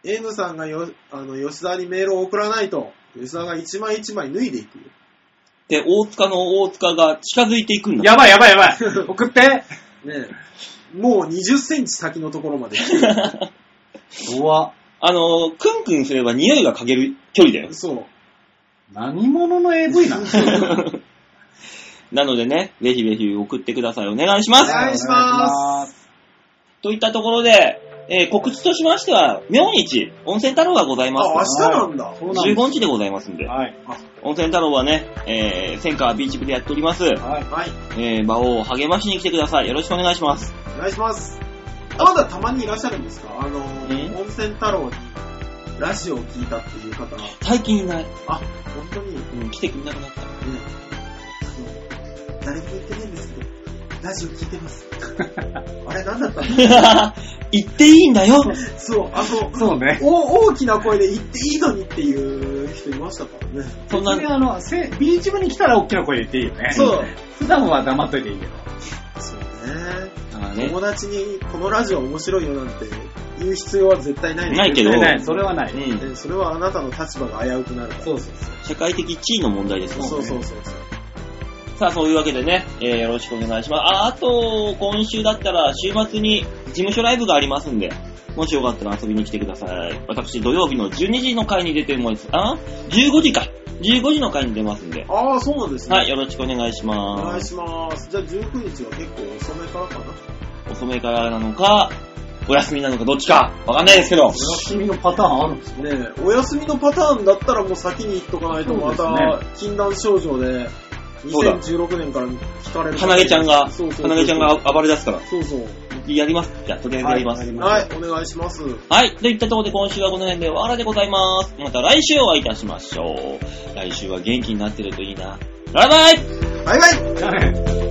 C: N さんがよあの吉沢にメールを送らないと、吉沢が一枚一枚脱いでいくよ。
B: で、大塚の大塚が近づいていくんだ。
A: やばいやばいや [LAUGHS] ばい送って
C: ねえもう20センチ先のところまで来て
A: [LAUGHS]
C: る。
A: 怖っ
B: あの、クンクンすれば匂いが嗅げる距離だよ。
C: そう。
A: 何者の AV なの。
B: なのでね、ぜひぜひ送ってください。お願いします。
C: 願いします
B: といったところで、えー告知としましては、明日、温泉太郎がございま
C: あ、明
B: す。
C: 日なんだ。
A: そうなんです
B: 15日でございますんで、
A: はい。
B: 温泉太郎はね、えー、戦火ビーチ部でやっております。
A: はい。
C: はい。
B: えー、場を励ましに来てください。よろしくお願いします。
C: お願いします。あまだたまにいらっしゃるんですかあの、
B: え
C: 温泉太郎にラジオを聞いたっていう方、本
B: 最近いない。
C: 当に、ね、
B: うん、来てくれなくなった。
C: あの誰にも言ってないんですけど、ラジオ聞いて [LAUGHS] ます。あれ、なんだった
B: [LAUGHS] 言っていいんだよ。
C: のそう、あの、
A: そうね。
C: お大きな声で言っていいのにっていう人いましたからね。
B: そんな
A: 別にあの、せビーチ部に来たら大きな声で言っていいよね。
C: そう。
A: 普段は黙っといていいけど。
C: そうね。
B: あーね
C: 友達にこのラジオ面白いよなんて言う必要は絶対ない
B: ないけど
A: 絶対ないそれはな
B: う
A: い。
B: ん、
C: ど。それはあなたの立場が危うくなるから。
A: そうそうそう。
B: 社会的地位の問題ですもんね。
C: そうそうそうそう。
B: さあ、そういうわけでね、えー、よろしくお願いします。あ、あと、今週だったら、週末に事務所ライブがありますんで、もしよかったら遊びに来てください。私、土曜日の12時の回に出てます。あ ?15 時か。15時の回に出ますんで。
C: ああ、そうなんですね。
B: はい、よろしくお願いし
C: お願
B: ま
C: い
B: す。
C: します。じゃあ19日は結構遅めからかな。
B: 遅めからなのか、お休みなのか、どっちか、わかんないですけど
A: お。休みのパターンあるんですね。
C: ねえお休みのパターンだったらもう先に言っとかないと、
A: そう
C: ま
A: ですね
C: た禁断症状で
B: そうだ
C: 2016年から聞かれる。
B: 花毛ちゃんが、
C: そうそうそう
B: 花毛ちゃんが暴れ出すから。
C: そうそう。
B: やります。じゃあ、とりあえずやります。
C: はい、お願いします。
B: はい。といったところで今週はこの辺で終わらでございます。また来週お会いいたしましょう。来週は元気になってるといいな。バイバイ
C: バイバイ
A: [LAUGHS] じゃあね